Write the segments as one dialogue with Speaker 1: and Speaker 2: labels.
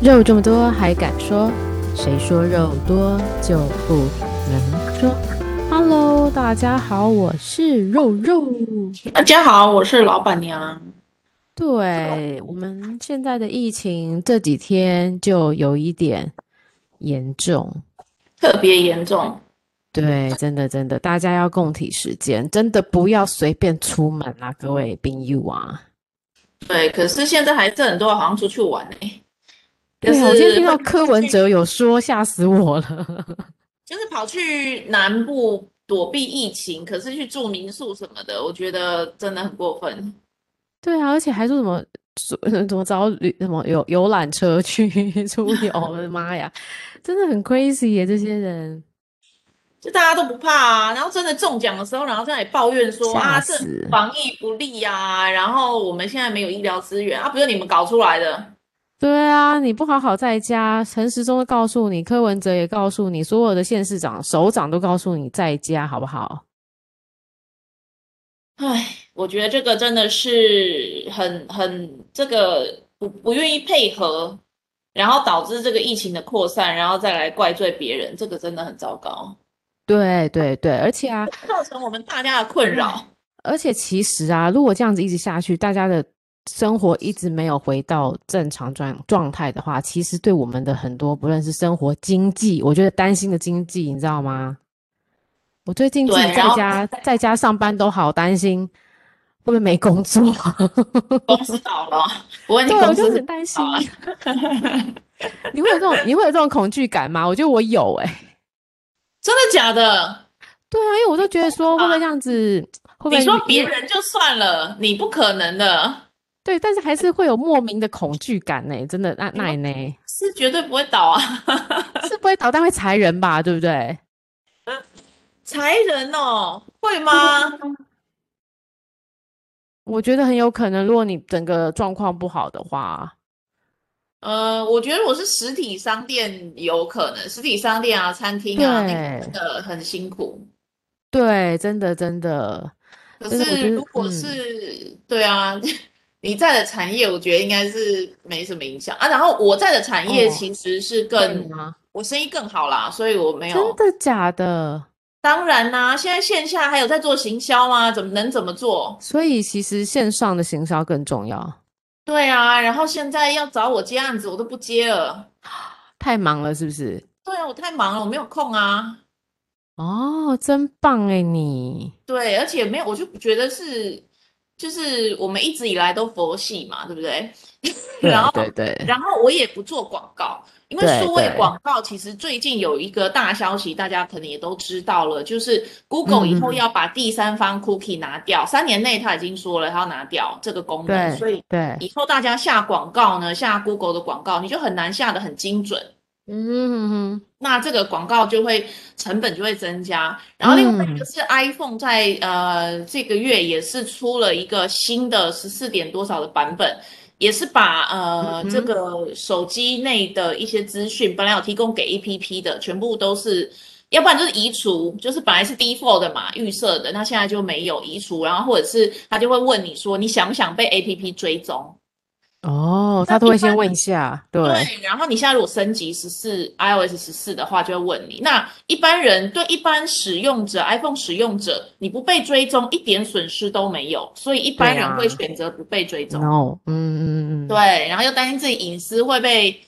Speaker 1: 肉这么多还敢说？谁说肉多就不能说？Hello，大家好，我是肉肉。
Speaker 2: 大家好，我是老板娘。
Speaker 1: 对我们现在的疫情这几天就有一点严重，
Speaker 2: 特别严重。
Speaker 1: 对，真的真的，大家要共体时间，真的不要随便出门啊，各位宾友啊。
Speaker 2: 对，可是现在还是很多好像出去玩呢、欸
Speaker 1: 对
Speaker 2: 就
Speaker 1: 啊，我今天听到
Speaker 2: 会
Speaker 1: 柯文哲有说，吓死我了。
Speaker 2: 就是跑去南部躲避疫情，可是去住民宿什么的，我觉得真的很过分。
Speaker 1: 对啊，而且还说什么说呃怎么找旅什么游游览车去 出游，我的妈呀，真的很 crazy 耶！这些人
Speaker 2: 就大家都不怕啊，然后真的中奖的时候，然后在那里抱怨说
Speaker 1: 吓
Speaker 2: 啊，这
Speaker 1: 死
Speaker 2: 防疫不力啊，然后我们现在没有医疗资源啊，不是你们搞出来的。
Speaker 1: 对啊，你不好好在家，陈时中都告诉你，柯文哲也告诉你，所有的县市长、首长都告诉你在家，好不好？
Speaker 2: 唉，我觉得这个真的是很很这个不不愿意配合，然后导致这个疫情的扩散，然后再来怪罪别人，这个真的很糟糕，
Speaker 1: 对对对，而且啊，
Speaker 2: 造成我们大家的困扰。
Speaker 1: 而且其实啊，如果这样子一直下去，大家的生活一直没有回到正常状状态的话，其实对我们的很多不论是生活、经济，我觉得担心的经济，你知道吗？我最近自己
Speaker 2: 对
Speaker 1: 在
Speaker 2: 然后
Speaker 1: 家在家上班都好担心，会不会没工 作？
Speaker 2: 公司倒了，我问你
Speaker 1: 对，我
Speaker 2: 公
Speaker 1: 就
Speaker 2: 司
Speaker 1: 很
Speaker 2: 是
Speaker 1: 担心
Speaker 2: 好。啊
Speaker 1: 你会有这种你会有这种恐惧感吗？我觉得我有哎、
Speaker 2: 真的假的？
Speaker 1: 对啊，因为我都觉得说会不会这样子，会不会
Speaker 2: 你说
Speaker 1: 因
Speaker 2: 别
Speaker 1: 为
Speaker 2: 人就算了，你不可能的，
Speaker 1: 对，但是还是会有莫名的恐惧感呢、真的那那呢。
Speaker 2: 是绝对不会倒啊！
Speaker 1: 是不会倒，但会裁人吧，对不对？
Speaker 2: 裁人哦，会吗？
Speaker 1: 我觉得很有可能，如果你整个状况不好的话，
Speaker 2: 呃，我觉得我是实体商店有可能，实体商店啊、餐厅啊，那个真的很辛苦。
Speaker 1: 对，真的真的，
Speaker 2: 可
Speaker 1: 但是我觉
Speaker 2: 是
Speaker 1: 得
Speaker 2: 如果
Speaker 1: 嗯
Speaker 2: 是对啊，你在的产业，我觉得应该是没什么影响啊。然后我在的产业
Speaker 1: 哦
Speaker 2: 其实是
Speaker 1: 对
Speaker 2: 更，
Speaker 1: 吗？
Speaker 2: 我生意更好啦，所以我没
Speaker 1: 真
Speaker 2: 有。
Speaker 1: 的假的？
Speaker 2: 当然啦、现在线下还有在做行销啊，怎么能怎么做？
Speaker 1: 所以其实线上的行销更重要，
Speaker 2: 对啊，然后现在要找我接案子，我都不接了。
Speaker 1: 太忙了是不是？
Speaker 2: 对啊，我太忙了，我没有空啊。
Speaker 1: 哦，真棒哎你！
Speaker 2: 对，而且没有，我就觉得是，就是我们一直以来都佛系嘛，对不对？ 然后，
Speaker 1: 对啊对对
Speaker 2: 然后我也不做广告，因为
Speaker 1: 对
Speaker 2: 数位
Speaker 1: 对
Speaker 2: 广告其实最近有一个大消息，大家可能也都知道了，就是 Google 以后
Speaker 1: 嗯
Speaker 2: 要把第三方 cookie 拿掉，三年内他已经说了，他要拿掉这个功能，
Speaker 1: 对
Speaker 2: 所以
Speaker 1: 对，
Speaker 2: 以后大家下广告呢，下 Google 的广告，你就很难下得很精准。
Speaker 1: 嗯哼
Speaker 2: 那这个广告就会成本就会增加，然后另外
Speaker 1: 嗯
Speaker 2: 一个是 iPhone 在呃这个月也是出了一个新的十四点多少的版本，也是把
Speaker 1: 嗯
Speaker 2: 呃
Speaker 1: 哼
Speaker 2: 这个手机内的一些资讯，本来有提供给 APP 的，全部都是，要不然就是移除，就是本来是 default 的嘛，预设的，那现在就没有移除，然后或者是他就会问你说你想不想被 APP 追踪？
Speaker 1: 哼，哦，
Speaker 2: 那
Speaker 1: 他都
Speaker 2: 一
Speaker 1: 会先
Speaker 2: 般
Speaker 1: 问一下，对，
Speaker 2: 对，然后你现在如果升级十四 iOS 十四的话，就会问你。那一般人对一般使用者 iPhone 使用者，你不被追踪一点损失都没有，所以一般
Speaker 1: 对
Speaker 2: 人
Speaker 1: 啊
Speaker 2: 会选择不被追踪。
Speaker 1: no，嗯嗯嗯，
Speaker 2: 对，啊然后又担心自己隐私会被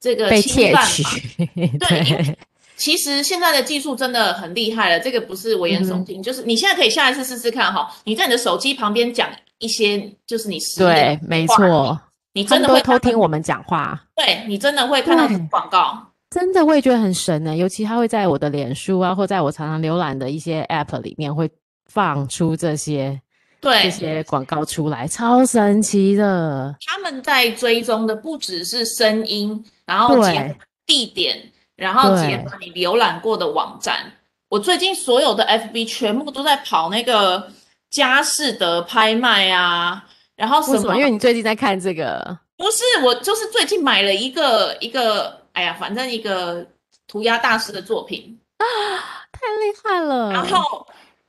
Speaker 2: 这个
Speaker 1: 被
Speaker 2: 侵
Speaker 1: 窃
Speaker 2: 犯
Speaker 1: 取
Speaker 2: 嘛。，对因为
Speaker 1: 对，
Speaker 2: 其实现在的技术真的很厉害了，这个不是危言耸
Speaker 1: 嗯
Speaker 2: 听，就是你现在可以下一次试试看哈，你在你的手机旁边讲一些就是你失
Speaker 1: 对，没错，
Speaker 2: 你
Speaker 1: 他
Speaker 2: 真
Speaker 1: 们
Speaker 2: 的
Speaker 1: 都
Speaker 2: 会
Speaker 1: 会偷
Speaker 2: 看到
Speaker 1: 听我们讲话。
Speaker 2: 对你真的会看到这种广告。
Speaker 1: 真的，我也觉得很神呢、尤其他会在我的脸书啊，或在我常常浏览的一些 App 里面，会放出这些这
Speaker 2: 对，
Speaker 1: 些广告出来，超神奇的。
Speaker 2: 他们在追踪的不只是声音，然后结
Speaker 1: 对
Speaker 2: 合地点，然后结
Speaker 1: 对
Speaker 2: 合你浏览过的网站。我最近所有的 FB 全部都在跑那个佳士得拍卖啊，然后
Speaker 1: 为
Speaker 2: 什
Speaker 1: 什
Speaker 2: 么？
Speaker 1: 么？因为你最近在看这个，
Speaker 2: 不是我，就是最近买了一个一个，哎呀，反正一个涂鸦大师的作品，
Speaker 1: 太厉害了。
Speaker 2: 然后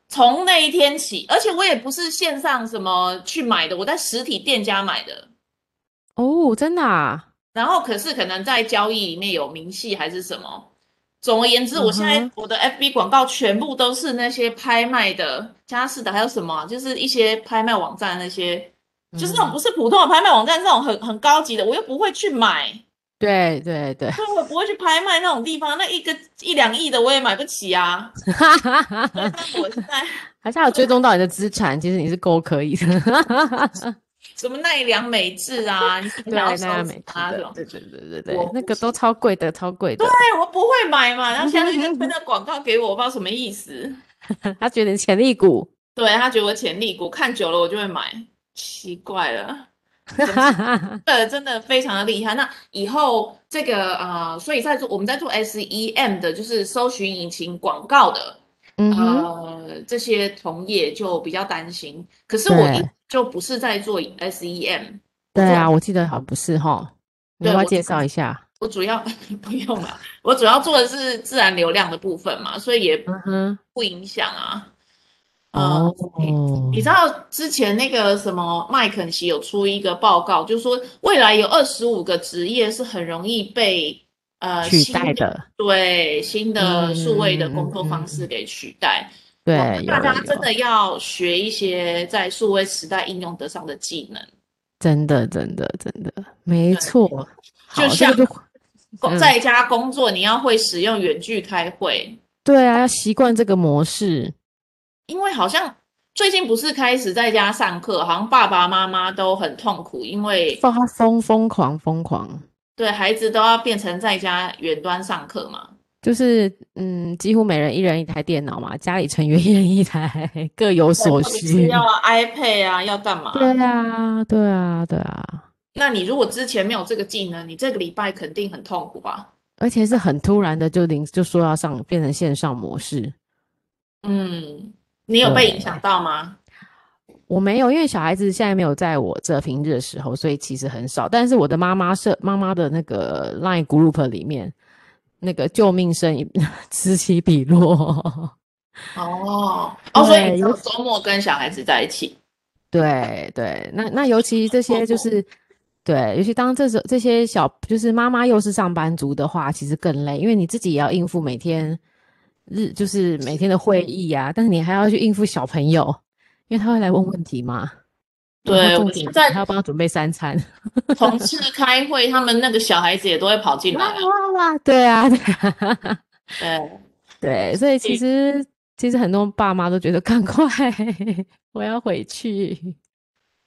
Speaker 2: 从那一天起，而且我也不是线上什么去买的，我在实体店家买的。
Speaker 1: 哦，真的啊，
Speaker 2: 然后可是可能在交易里面有明细还是什么。总而言之，我现
Speaker 1: 嗯
Speaker 2: 在
Speaker 1: 哼
Speaker 2: 我的 FB 广告全部都是那些拍卖的、佳士的，还有什么啊、就是一些拍卖网站那些，就是
Speaker 1: 嗯
Speaker 2: 那种不是普通的拍卖网站，那种很很高级的，我又不会去买，
Speaker 1: 对对对，
Speaker 2: 所以我也不会去拍卖那种地方，那一个一两亿的我也买不 起啊。所以那我现在
Speaker 1: 还是要追踪到你的资产，其实你是够可以的。
Speaker 2: 什么奈良美智啊， 你是不
Speaker 1: 对，
Speaker 2: 是要啊
Speaker 1: 那
Speaker 2: 烧
Speaker 1: 样
Speaker 2: 死
Speaker 1: 没
Speaker 2: 它这
Speaker 1: 的
Speaker 2: 种，
Speaker 1: 对对对对对
Speaker 2: 我，
Speaker 1: 那
Speaker 2: 不
Speaker 1: 个都超贵的，超贵的。
Speaker 2: 对，我不会买嘛。然后现在就 推那广告给我，我不知道什么意思。
Speaker 1: 他觉得你潜力股，
Speaker 2: 对他觉得我潜力股看久了我就会买，奇怪 了。真是呃，真的非常的厉害。那以后这个呃，所以在做我们在做 SEM 的，就是搜寻引擎广告的，
Speaker 1: 嗯哼，
Speaker 2: 呃，这些同业就比较担心。可是我一
Speaker 1: 对
Speaker 2: 直就不是在做 E SEM，
Speaker 1: 对
Speaker 2: 做
Speaker 1: 啊，我记得好像不是哈，你要
Speaker 2: 对
Speaker 1: 不要
Speaker 2: 我
Speaker 1: 介
Speaker 2: 记得
Speaker 1: 绍一下？
Speaker 2: 我主要 不用了，我主要做的是自然流量的部分嘛，所以也
Speaker 1: 嗯哼，
Speaker 2: 不影响啊。呃
Speaker 1: 哦，
Speaker 2: 你知道之前那个什么麦肯锡有出一个报告，就说未来有二十五个职业是很容易被呃
Speaker 1: 取
Speaker 2: 新
Speaker 1: 代的，
Speaker 2: 对新的数位的工作
Speaker 1: 嗯嗯嗯
Speaker 2: 方
Speaker 1: 嗯
Speaker 2: 式给取代。
Speaker 1: 对，有
Speaker 2: 大
Speaker 1: 有
Speaker 2: 家真
Speaker 1: 有
Speaker 2: 的要学一些在数位时代应用得上的技能。
Speaker 1: 真的真的真的，没错。
Speaker 2: 就
Speaker 1: 好这个就嗯
Speaker 2: 在家工作，你要会使用远距开会，
Speaker 1: 对啊，要习惯这个模式。
Speaker 2: 因为好像最近不是开始在家上课，好像爸爸妈妈都很痛苦，因为
Speaker 1: 发疯疯狂疯狂，
Speaker 2: 对孩子都要变成在家远端上课嘛。
Speaker 1: 就是嗯，几乎每人一人一台电脑嘛，家里成员一人一台，各有所
Speaker 2: 特别是
Speaker 1: 需。
Speaker 2: 要 iPad 啊，要干嘛？
Speaker 1: 对啊，对啊，对啊，
Speaker 2: 那你如果之前没有这个技能，你这个礼拜肯定很痛苦吧？
Speaker 1: 而且是很突然的，就临就说要上变成线上模式。
Speaker 2: 嗯，你有被影响到吗？
Speaker 1: 我没有，因为小孩子现在没有在我这平日的时候，所以其实很少。但是我的妈妈社妈妈的那个 Line Group 里面，那个救命声音 此起彼落。
Speaker 2: 哦哦，所以
Speaker 1: 对
Speaker 2: 你
Speaker 1: 有
Speaker 2: 周末跟小孩子在一起，
Speaker 1: 对对，那那尤其这些就
Speaker 2: 错过
Speaker 1: 是，对，尤其当这种这些小就是妈妈又是上班族的话，其实更累，因为你自己也要应付每天日就是每天的会议啊，但是你还要去应付小朋友，因为他会来问问题嘛。然后
Speaker 2: 对，
Speaker 1: 重
Speaker 2: 我
Speaker 1: 点
Speaker 2: 现
Speaker 1: 还
Speaker 2: 在
Speaker 1: 要帮他准备三餐。
Speaker 2: 同事开会，他们那个小孩子也都会跑进来
Speaker 1: 哇
Speaker 2: 啊。
Speaker 1: 哇哇！对啊，对啊，
Speaker 2: 对，
Speaker 1: 对，所以其
Speaker 2: 以
Speaker 1: 实其实很多爸妈都觉得赶快， 我要回去。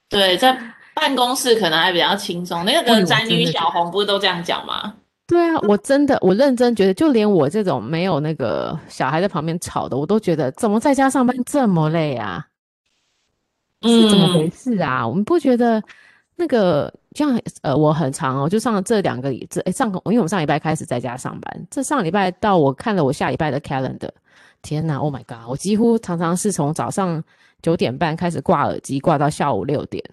Speaker 2: 对，在办公室可能还比较轻松。那
Speaker 1: 哎
Speaker 2: 个
Speaker 1: 我
Speaker 2: 宅
Speaker 1: 真
Speaker 2: 女
Speaker 1: 的觉
Speaker 2: 小红不是都这样讲吗？
Speaker 1: 对啊，我真的，我认真觉得，就连我这种没有那个小孩在旁边吵的，我都觉得怎么在家上班这么累啊？是怎么回
Speaker 2: 嗯，
Speaker 1: 事啊？我们不觉得那个像呃，我很长哦，就上这两个礼这诶上个，因为我们上礼拜开始在家上班，这上礼拜到我看了我下礼拜的 calendar，天哪，Oh my god！我几乎常常是从早上九点半开始挂耳机，挂到下午六点。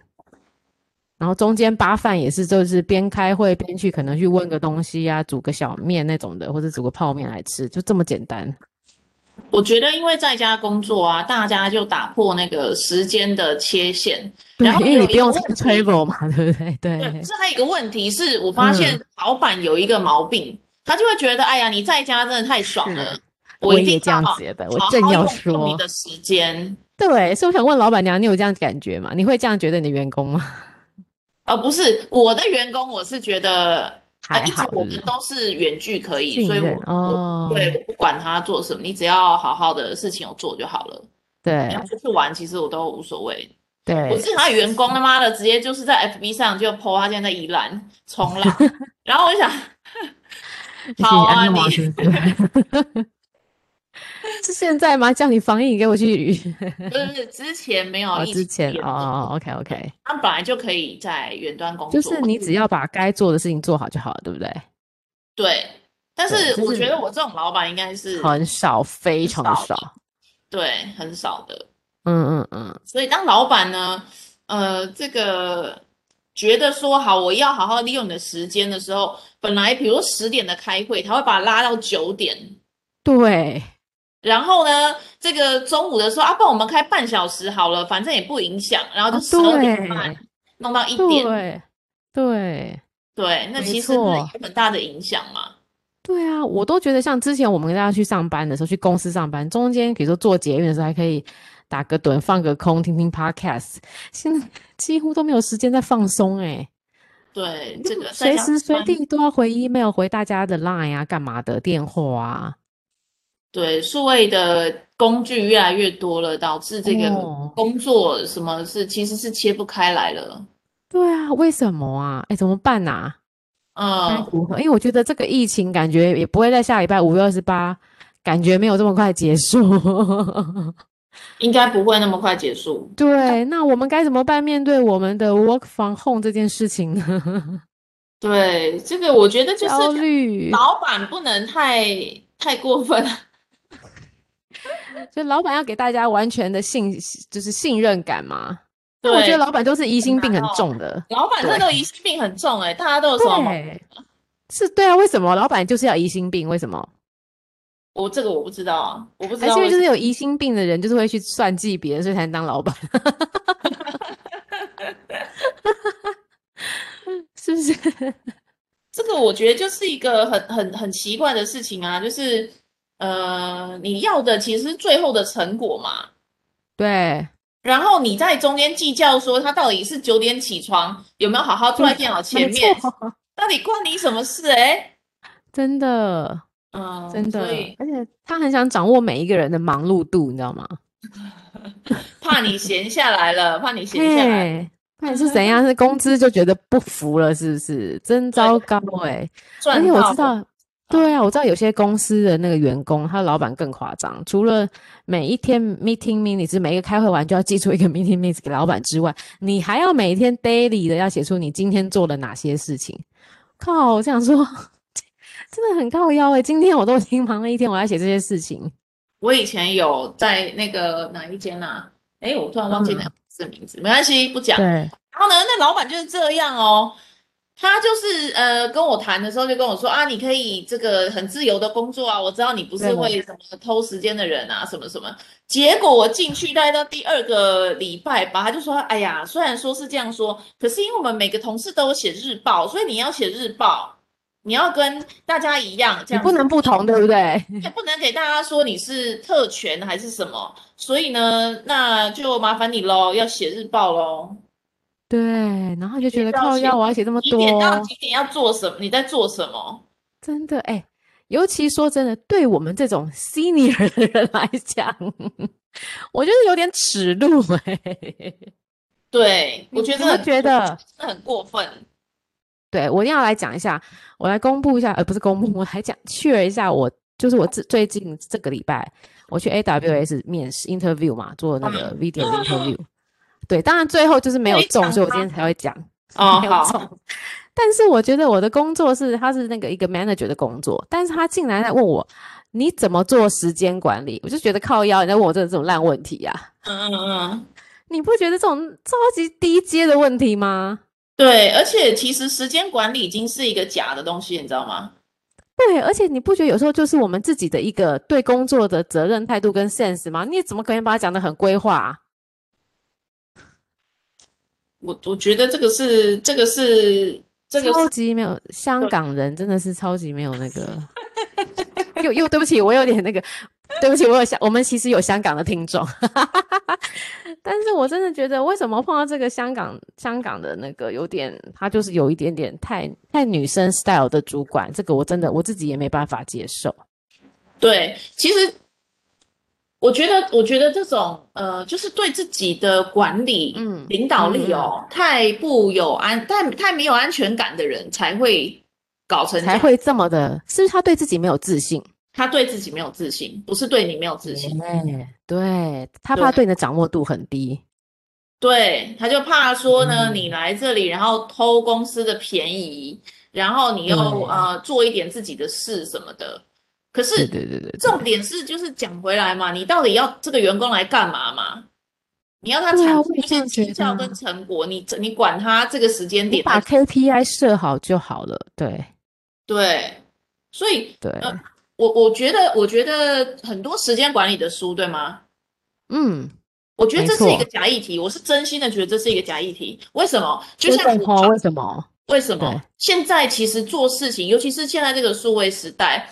Speaker 1: 然后中间扒饭也是，就是边开会边去，可能去问个东西啊，煮个小面那种的，或者煮个泡面来吃，就这么简单。
Speaker 2: 我觉得因为在家工作啊，大家就打破那个时间的切线，然后
Speaker 1: 因为
Speaker 2: 有
Speaker 1: 你
Speaker 2: 一
Speaker 1: 不
Speaker 2: 个
Speaker 1: 用再
Speaker 2: 问题
Speaker 1: travel 嘛，对不对？
Speaker 2: 对，
Speaker 1: 对
Speaker 2: 可，是还有一个问题是我发
Speaker 1: 嗯
Speaker 2: 现老板有一个毛病，他就会觉得，哎呀，你在家真的太爽了，我一
Speaker 1: 也
Speaker 2: 定
Speaker 1: 这样
Speaker 2: 要好
Speaker 1: 觉得，我
Speaker 2: 好
Speaker 1: 正
Speaker 2: 好
Speaker 1: 要
Speaker 2: 用用
Speaker 1: 说
Speaker 2: 你，的时间，
Speaker 1: 对，所以我想问老板娘，你有这样感觉吗？你会这样觉得你的员工吗？
Speaker 2: 而、不是我的员工，我是觉得。啊，
Speaker 1: 还
Speaker 2: 一直
Speaker 1: 好
Speaker 2: 我
Speaker 1: 是
Speaker 2: 们
Speaker 1: 不
Speaker 2: 都是远距可以，
Speaker 1: 信
Speaker 2: 所以我
Speaker 1: 任哦
Speaker 2: 我对我不管他做什么，你只要好好的事情有做就好了。你
Speaker 1: 对
Speaker 2: 要出去玩，其实我都无所谓。我
Speaker 1: 对
Speaker 2: 是他员工，他妈的直接就是在 FB 上就 po 他现在在宜兰 冲浪，然后我就想，好啊，
Speaker 1: 安
Speaker 2: 你
Speaker 1: 王是不是？ 是现在吗？叫你防疫，你给我 去旅。
Speaker 2: 就是之前没有
Speaker 1: 哦，
Speaker 2: 疫
Speaker 1: 之
Speaker 2: 情
Speaker 1: 前
Speaker 2: 严
Speaker 1: 哦
Speaker 2: 重
Speaker 1: 哦，OK OK，
Speaker 2: 他们本来就可以在远端工作，
Speaker 1: 就是你只要把该做的事情做好就好了，对不对？
Speaker 2: 对。但
Speaker 1: 对
Speaker 2: 是
Speaker 1: 就
Speaker 2: 我
Speaker 1: 是
Speaker 2: 觉得我这种老板应该是
Speaker 1: 很少，非常
Speaker 2: 少
Speaker 1: 少。
Speaker 2: 对很少的，
Speaker 1: 嗯嗯嗯，
Speaker 2: 所以当老板呢，呃，这个觉得说好我要好好利用你的时间的时候，本来比如十点的开会，他会把它拉到九点，
Speaker 1: 对
Speaker 2: 然后呢，这个中午的时候啊，不然我们开半小时好了，啊反正也不影响，然后就
Speaker 1: 啊
Speaker 2: 十二点
Speaker 1: 哦对
Speaker 2: 半弄到一点，
Speaker 1: 对对，
Speaker 2: 对，那
Speaker 1: 没
Speaker 2: 其实是
Speaker 1: 错
Speaker 2: 有很大的影响嘛。
Speaker 1: 对啊，我都觉得像之前我们跟大家去上班的时候，去公司上班，中间比如说坐捷运的时候还可以打个盹、放个空、听听 podcast，现在几乎都没有时间在放松哎、
Speaker 2: 对，
Speaker 1: 就
Speaker 2: 这个在
Speaker 1: 随
Speaker 2: 家
Speaker 1: 时随
Speaker 2: 上班
Speaker 1: 地都要回 email、回大家的 line 啊、干嘛的电话啊，
Speaker 2: 对，数位的工具越来越多了，导致这个
Speaker 1: 哦
Speaker 2: 工作什么是其实是切不开来了。
Speaker 1: 对啊，为什么啊？哎，怎么办呐、该
Speaker 2: 嗯，
Speaker 1: 如何？因为我觉得这个疫情感觉也不会在下礼拜五月二十八，感觉没有这么快结束。
Speaker 2: 应该不会那么快结束。
Speaker 1: 对，那我们该怎么办？面对我们的 work from home 这件事情呢？
Speaker 2: 对，这个我觉得就是
Speaker 1: 焦虑，
Speaker 2: 老板不能太太 过分。
Speaker 1: 就老板要给大家完全的信，就是信任感嘛。那我觉
Speaker 2: 对
Speaker 1: 得老板都是疑心病很
Speaker 2: 难哦
Speaker 1: 重的。
Speaker 2: 老板真的疑心病很重哎、大家都有什么毛？
Speaker 1: 对，是对啊，为什么老板就是要疑心病？为什么？
Speaker 2: 我这个我不知道啊，我不知
Speaker 1: 还
Speaker 2: 道
Speaker 1: 是因为
Speaker 2: 为
Speaker 1: 就
Speaker 2: 什
Speaker 1: 是有疑心病的人，就是会去算计别人，所以才能当老板，是不是？
Speaker 2: 这个我觉得就是一个很很很奇怪的事情啊，就是呃，你要的其实是最后的成果嘛，
Speaker 1: 对，
Speaker 2: 然后你在中间计较说他到底是九点起床，有没有好好坐在电脑前
Speaker 1: 没
Speaker 2: 面，
Speaker 1: 错
Speaker 2: 到底关你什么事哎、
Speaker 1: 真的
Speaker 2: 嗯，
Speaker 1: 真的
Speaker 2: 所以，
Speaker 1: 而且他很想掌握每一个人的忙碌度，你知道吗？
Speaker 2: 怕你闲下来了，怕你闲下来了，
Speaker 1: 对，那你是怎样？是工资就觉得不服了，是不是？真糟糕哎、而
Speaker 2: 赚
Speaker 1: 且我
Speaker 2: 到嗯
Speaker 1: 知道，对啊，我知道有些公司的那个员工，他老板更夸张，除了每一天 meeting minutes，每一个开会完就要寄出一个 meeting minutes 给老板之外，你还要每天 daily 的要写出你今天做了哪些事情。靠，我想说， 真的很靠腰哎、今天我都已经忙了一天，我还要写这些事情。
Speaker 2: 我以前有在那个哪一间啊？哎，我突然忘记
Speaker 1: 嗯
Speaker 2: 哪个公司的名字，没关系，不讲。
Speaker 1: 对，
Speaker 2: 然后呢，那老板就是这样哦，他就是呃跟我谈的时候就跟我说啊，你可以这个很自由的工作啊，我知道你不是
Speaker 1: 对
Speaker 2: 会什么偷时间的人啊，什么什么。结果我进去大概到第二个礼拜吧，他就说，哎呀，虽然说是这样说，可是因为我们每个同事都有写日报，所以你要写日报，你要跟大家一样，
Speaker 1: 你
Speaker 2: 这样
Speaker 1: 不
Speaker 2: 子嗯
Speaker 1: 能不同，对不对？
Speaker 2: 也不能给大家说你是特权还是什么，所以呢，那就麻烦你喽，要写日报喽。
Speaker 1: 对，然后就觉得
Speaker 2: 到
Speaker 1: 靠
Speaker 2: 写
Speaker 1: 腰，我要写这么
Speaker 2: 几
Speaker 1: 多，
Speaker 2: 点到几点要做什么？你在做什么？
Speaker 1: 真的哎、尤其说真的，对我们这种 senior 的人来讲， 我觉得有点耻辱哎、
Speaker 2: 对，我觉
Speaker 1: 你
Speaker 2: 得
Speaker 1: 会
Speaker 2: 很
Speaker 1: 觉得
Speaker 2: 真的很过分。
Speaker 1: 对我一定要来讲一下，我来公布一下，呃，不是公布，我来讲 share 一下我，就是我最最近这个礼拜我去 AWS 面试 interview 嘛，做那个 video 的 interview。对，当然最后就是没有
Speaker 2: 啊可以
Speaker 1: 中，
Speaker 2: 讲
Speaker 1: 所以我今
Speaker 2: 吗
Speaker 1: 天才会讲。
Speaker 2: 哦
Speaker 1: 没有
Speaker 2: 好
Speaker 1: 中。但是我觉得我的工作是，他是那个一个 manager 的工作，但是他竟然在问我你怎么做时间管理，我就觉得靠腰，你在问我这这种烂问题呀、
Speaker 2: 嗯嗯嗯，
Speaker 1: 你不觉得这种超级低阶的问题吗？
Speaker 2: 对，而且其实时间管理已经是一个假的东西，你知道吗？
Speaker 1: 对，而且你不觉得有时候就是我们自己的一个对工作的责任态度跟 sense 吗？你怎么可能把它讲得很规划啊、
Speaker 2: 我我觉得这个是这个是这个
Speaker 1: 超
Speaker 2: 是
Speaker 1: 级没有香
Speaker 2: 对
Speaker 1: 港人，真的是超级没有那个。又又对不起，我有点那个，对不起，我有香，我们其实有香港的听众， 但是我真的觉得，为什么碰到这个香港香港的那个有点，他就是有一点点太太女生 style 的主管，这个我真的我自己也没办法接受。
Speaker 2: 对，其实我觉得，我觉得这种呃，就是对自己的管理、
Speaker 1: 嗯
Speaker 2: 领导力哦，太不有安，太太没有安全感的人才会搞成这
Speaker 1: 才
Speaker 2: 样。
Speaker 1: 会这么的，是不是他对自己没有自信？
Speaker 2: 他对自己没有自信，不是对你没有自
Speaker 1: 嗯
Speaker 2: 信，
Speaker 1: 对，对他怕
Speaker 2: 对
Speaker 1: 对你的掌握度很低。
Speaker 2: 对，他就怕说呢，
Speaker 1: 嗯
Speaker 2: 你来这里，然后偷公司的便宜，然后你又
Speaker 1: 对
Speaker 2: 呃做一点自己的事什么的。可
Speaker 1: 对
Speaker 2: 是
Speaker 1: 对对对，对
Speaker 2: 重点是，就是讲回来嘛，你到底要这个员工来干嘛嘛？你要他
Speaker 1: 对啊
Speaker 2: 产
Speaker 1: 我
Speaker 2: 出
Speaker 1: 也
Speaker 2: 一
Speaker 1: 这
Speaker 2: 些
Speaker 1: 样觉
Speaker 2: 绩
Speaker 1: 得
Speaker 2: 效
Speaker 1: 啊
Speaker 2: 跟成果，你你管他这个时间
Speaker 1: 你
Speaker 2: 点
Speaker 1: 把
Speaker 2: 来
Speaker 1: KPI 设好就好了。对
Speaker 2: 对，所以
Speaker 1: 对，
Speaker 2: 呃我我觉得，我觉得很多时间管理的书，对吗？
Speaker 1: 嗯，
Speaker 2: 我觉得
Speaker 1: 没
Speaker 2: 这是一
Speaker 1: 错
Speaker 2: 个假议题，我是真心的觉得这是一个假议题。为什么？就像
Speaker 1: 为什
Speaker 2: 我
Speaker 1: 么？为什么？
Speaker 2: 为什么
Speaker 1: 对？
Speaker 2: 现在其实做事情，尤其是现在这个数位时代，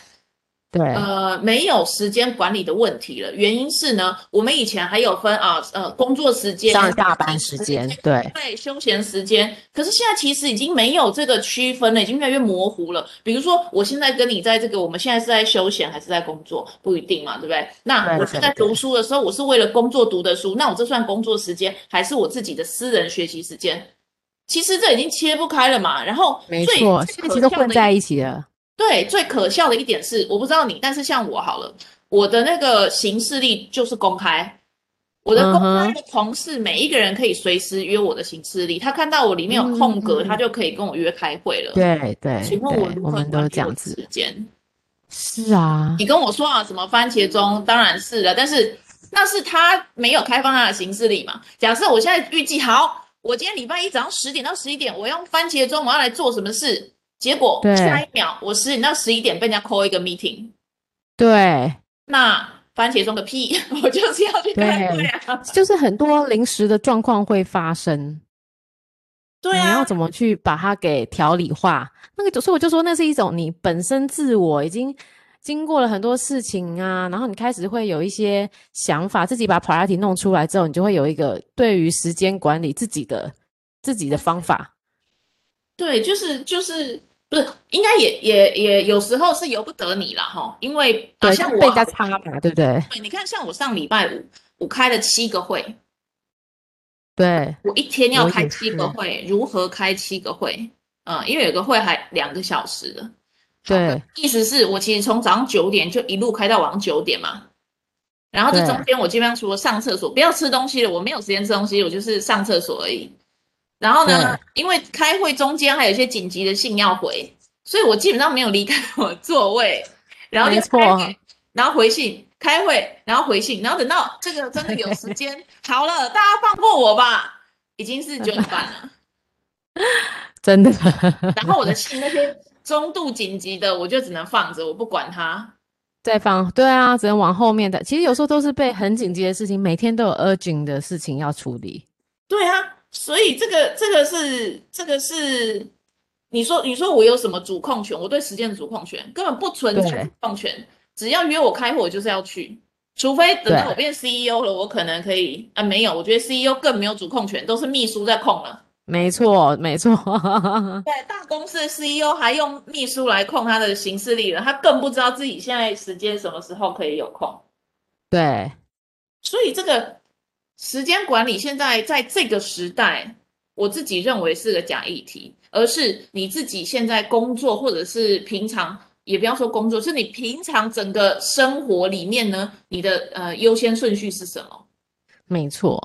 Speaker 1: 对，
Speaker 2: 呃，没有时间管理的问题了。原因是呢，我们以前还有分啊，呃，工作时间、
Speaker 1: 上下班时间，对
Speaker 2: 对休闲时间，可是现在其实已经没有这个区分了，已经越来越模糊了。比如说，我现在跟你在这个，我们现在是在休闲还是在工作，不一定嘛，对不对？那
Speaker 1: 对
Speaker 2: 我
Speaker 1: 对
Speaker 2: 在
Speaker 1: 对
Speaker 2: 读书的时候，我是为了工作读的书，那我这算工作时间还是我自己的私人学习时间？其实这已经切不开了嘛。然后最，
Speaker 1: 没错，
Speaker 2: 最
Speaker 1: 现在其实
Speaker 2: 可笑的
Speaker 1: 混在一起了，
Speaker 2: 对，最可笑的一点是，我不知道你，但是像我好了，我的那个行事历就是公开，我的公开
Speaker 1: 嗯哼
Speaker 2: 的同事每一个人可以随时约我的行事历，他看到我里面有空
Speaker 1: 嗯
Speaker 2: 格，
Speaker 1: 嗯嗯
Speaker 2: 他就可以跟我约开会了。，
Speaker 1: 对对
Speaker 2: 请
Speaker 1: 对，
Speaker 2: 问我如
Speaker 1: 我
Speaker 2: 何
Speaker 1: 们
Speaker 2: 管
Speaker 1: 都
Speaker 2: 理
Speaker 1: 这样
Speaker 2: 我的
Speaker 1: 子，
Speaker 2: 时间？
Speaker 1: 是啊，
Speaker 2: 你跟我说啊，什么番茄钟，当然是了，但是那是他没有开放他的行事历嘛。假设我现在预计好，我今天礼拜一早上十点到十一点，我用番茄钟我要来做什么事，结果
Speaker 1: 对
Speaker 2: 下一秒我十点到十一点被人家 call 一个 meeting，
Speaker 1: 对，
Speaker 2: 那番茄钟个屁， 我就是要去开会啊。
Speaker 1: 就是很多临时的状况会发生，
Speaker 2: 对
Speaker 1: 你要
Speaker 2: 啊，
Speaker 1: 怎么去把它给条理化？那个就，所以我就说，那是一种你本身自我已经经过了很多事情啊，然后你开始会有一些想法，自己把 priority 弄出来之后，你就会有一个对于时间管理自己的自己的方法。
Speaker 2: 对，就是就是。不是，应该也也也有时候是由不得你啦哈，因为啊
Speaker 1: 对，
Speaker 2: 像
Speaker 1: 被
Speaker 2: 我
Speaker 1: 人家
Speaker 2: 啊
Speaker 1: 插嘛，对不对？
Speaker 2: 对，你看像我上礼拜五，我开了七个会，
Speaker 1: 对，
Speaker 2: 我一天要
Speaker 1: 我
Speaker 2: 开
Speaker 1: 也
Speaker 2: 七个
Speaker 1: 是
Speaker 2: 会，如何开七个会？嗯，因为有个会还两个小时的。
Speaker 1: 对，
Speaker 2: 意思是我其实从早上九点就一路开到晚上九点嘛，然后这
Speaker 1: 对
Speaker 2: 中间我基本上除了上厕所，不要吃东西了，我没有时间吃东西，我就是上厕所而已。然后呢，因为开会中间还有一些紧急的信要回，所以我基本上没有离开我座位，然后就
Speaker 1: 没错
Speaker 2: 开会，然后回信，开会，然后回信，然后等到这个真的有 时间好了，大家放过我吧，已经是九点半了。
Speaker 1: 真的，
Speaker 2: 然后我的信那些中度紧急的，我就只能放着，我不管它。
Speaker 1: 再放，对啊，只能往后面的。其实有时候都是被很紧急的事情，每天都有 urgent 的事情要处理。
Speaker 2: 对啊，所以这个这个是这个是，你说你说我有什么主控权？我对时间的主控权根本不存在
Speaker 1: 对
Speaker 2: 主控权，只要约我开会，我就是要去。除非等到
Speaker 1: 对
Speaker 2: 我变 CEO 了，我可能可以啊，没有，我觉得 CEO 更没有主控权，都是秘书在控了。
Speaker 1: 没错，没错，
Speaker 2: 对，大公司的 CEO 还用秘书来控他的行事历了，他更不知道自己现在时间什么时候可以有空。
Speaker 1: 对，
Speaker 2: 所以这个时间管理现在在这个时代，我自己认为是个假议题，而是你自己现在工作或者是平常，也不要说工作，是你平常整个生活里面呢，你的呃优先顺序是什么？
Speaker 1: 没错。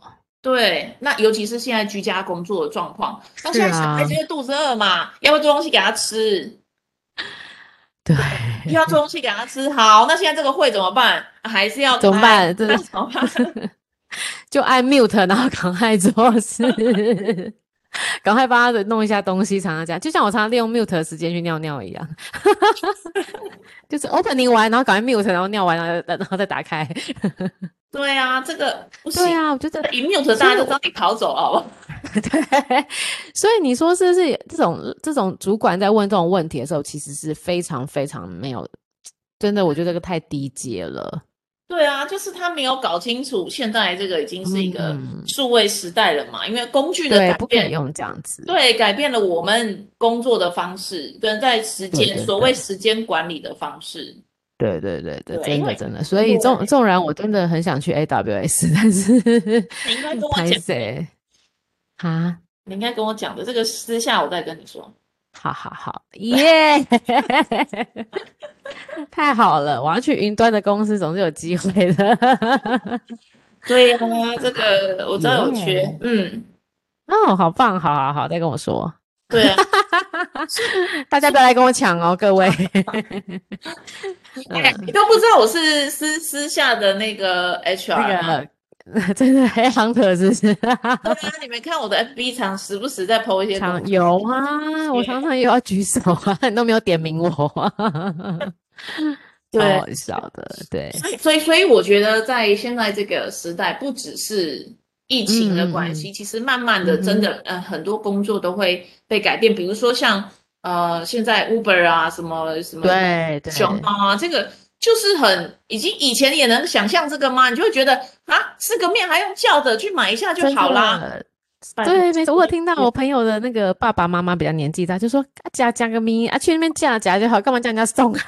Speaker 2: 对，那尤其是现在居家工作的状况，那
Speaker 1: 是
Speaker 2: 现在小孩
Speaker 1: 啊
Speaker 2: 子就肚子饿嘛，要不要做东西给他吃？
Speaker 1: 对，
Speaker 2: 又要做东西给他吃，好，那现在这个会怎么办？还是要
Speaker 1: 怎么
Speaker 2: 开
Speaker 1: 办真
Speaker 2: 那
Speaker 1: 的
Speaker 2: 怎么办？
Speaker 1: 就按 mute，然后赶快做事，赶快帮他的弄一下东西，常常这样。就像我常常利用 mute 的时间去尿尿一样， 就是 opening 完，然后赶快 mute，然后尿完，然后然后再打开。
Speaker 2: 对啊，这个不行
Speaker 1: 对。啊，我觉得
Speaker 2: 一 mute 大家都知道你逃走了，好不好？
Speaker 1: 对，所以你说是不是这种这种主管在问这种问题的时候，其实是非常非常没有，真的，我觉得这个太低阶了。
Speaker 2: 对啊，就是他没有搞清楚，现在这个已经是一个
Speaker 1: 嗯
Speaker 2: 数位时代了嘛，因为工具的
Speaker 1: 对
Speaker 2: 改，
Speaker 1: 不可以
Speaker 2: 变，
Speaker 1: 用这样子。
Speaker 2: 对，改变了我们工作的方式，跟在时
Speaker 1: 对
Speaker 2: 间
Speaker 1: 对
Speaker 2: 所谓
Speaker 1: 对
Speaker 2: 时间管理的方式。
Speaker 1: 对对对对，
Speaker 2: 对
Speaker 1: 真
Speaker 2: 因
Speaker 1: 的
Speaker 2: 为
Speaker 1: 真的，所以纵
Speaker 2: 对
Speaker 1: 纵然我真的很想去 AWS，但 是
Speaker 2: 你应该跟我
Speaker 1: 拍
Speaker 2: 讲，
Speaker 1: 谁啊？
Speaker 2: 你应该跟我讲的，这个私下我再跟你说。
Speaker 1: 好好好，耶、 太好了，我要去云端的公司，总是有机会的。
Speaker 2: 对啊，这个我知道有缺
Speaker 1: Yeah
Speaker 2: 嗯，
Speaker 1: 哦，好棒，好好好，再跟我说，
Speaker 2: 对啊，
Speaker 1: 大家不要来跟我抢哦，各位。
Speaker 2: 哎你都不知道我是私私下的那个 HR
Speaker 1: 那
Speaker 2: 吗
Speaker 1: 个 真的黑 hunter 是不 是？
Speaker 2: 对啊，你们看我的 FB 常时不时在 PO 一些东
Speaker 1: 常
Speaker 2: 西
Speaker 1: 有啊，我
Speaker 2: 谢
Speaker 1: 常常也要举手啊， 你都没有点名 我、啊，
Speaker 2: 对
Speaker 1: 超好笑的，对。
Speaker 2: 所以，所以，所以我觉得在现在这个时代，不只是疫情
Speaker 1: 嗯
Speaker 2: 的关系，其实慢慢的，真的，呃，很多工作都会被改变。比如说像呃，现在 Uber 啊，什么什么
Speaker 1: 对对，
Speaker 2: 熊猫啊，这个就是很已经以前也能想象这个吗？你就会觉得啊，吃个面还用叫的，去买一下就好啦。
Speaker 1: 真的。
Speaker 2: 反正
Speaker 1: 对，没错，我有听到
Speaker 2: 对
Speaker 1: 我朋友的那个爸爸妈妈比较年纪大，就说啊夹夹个咪啊，去那边夹夹就好，干嘛叫人家送啊？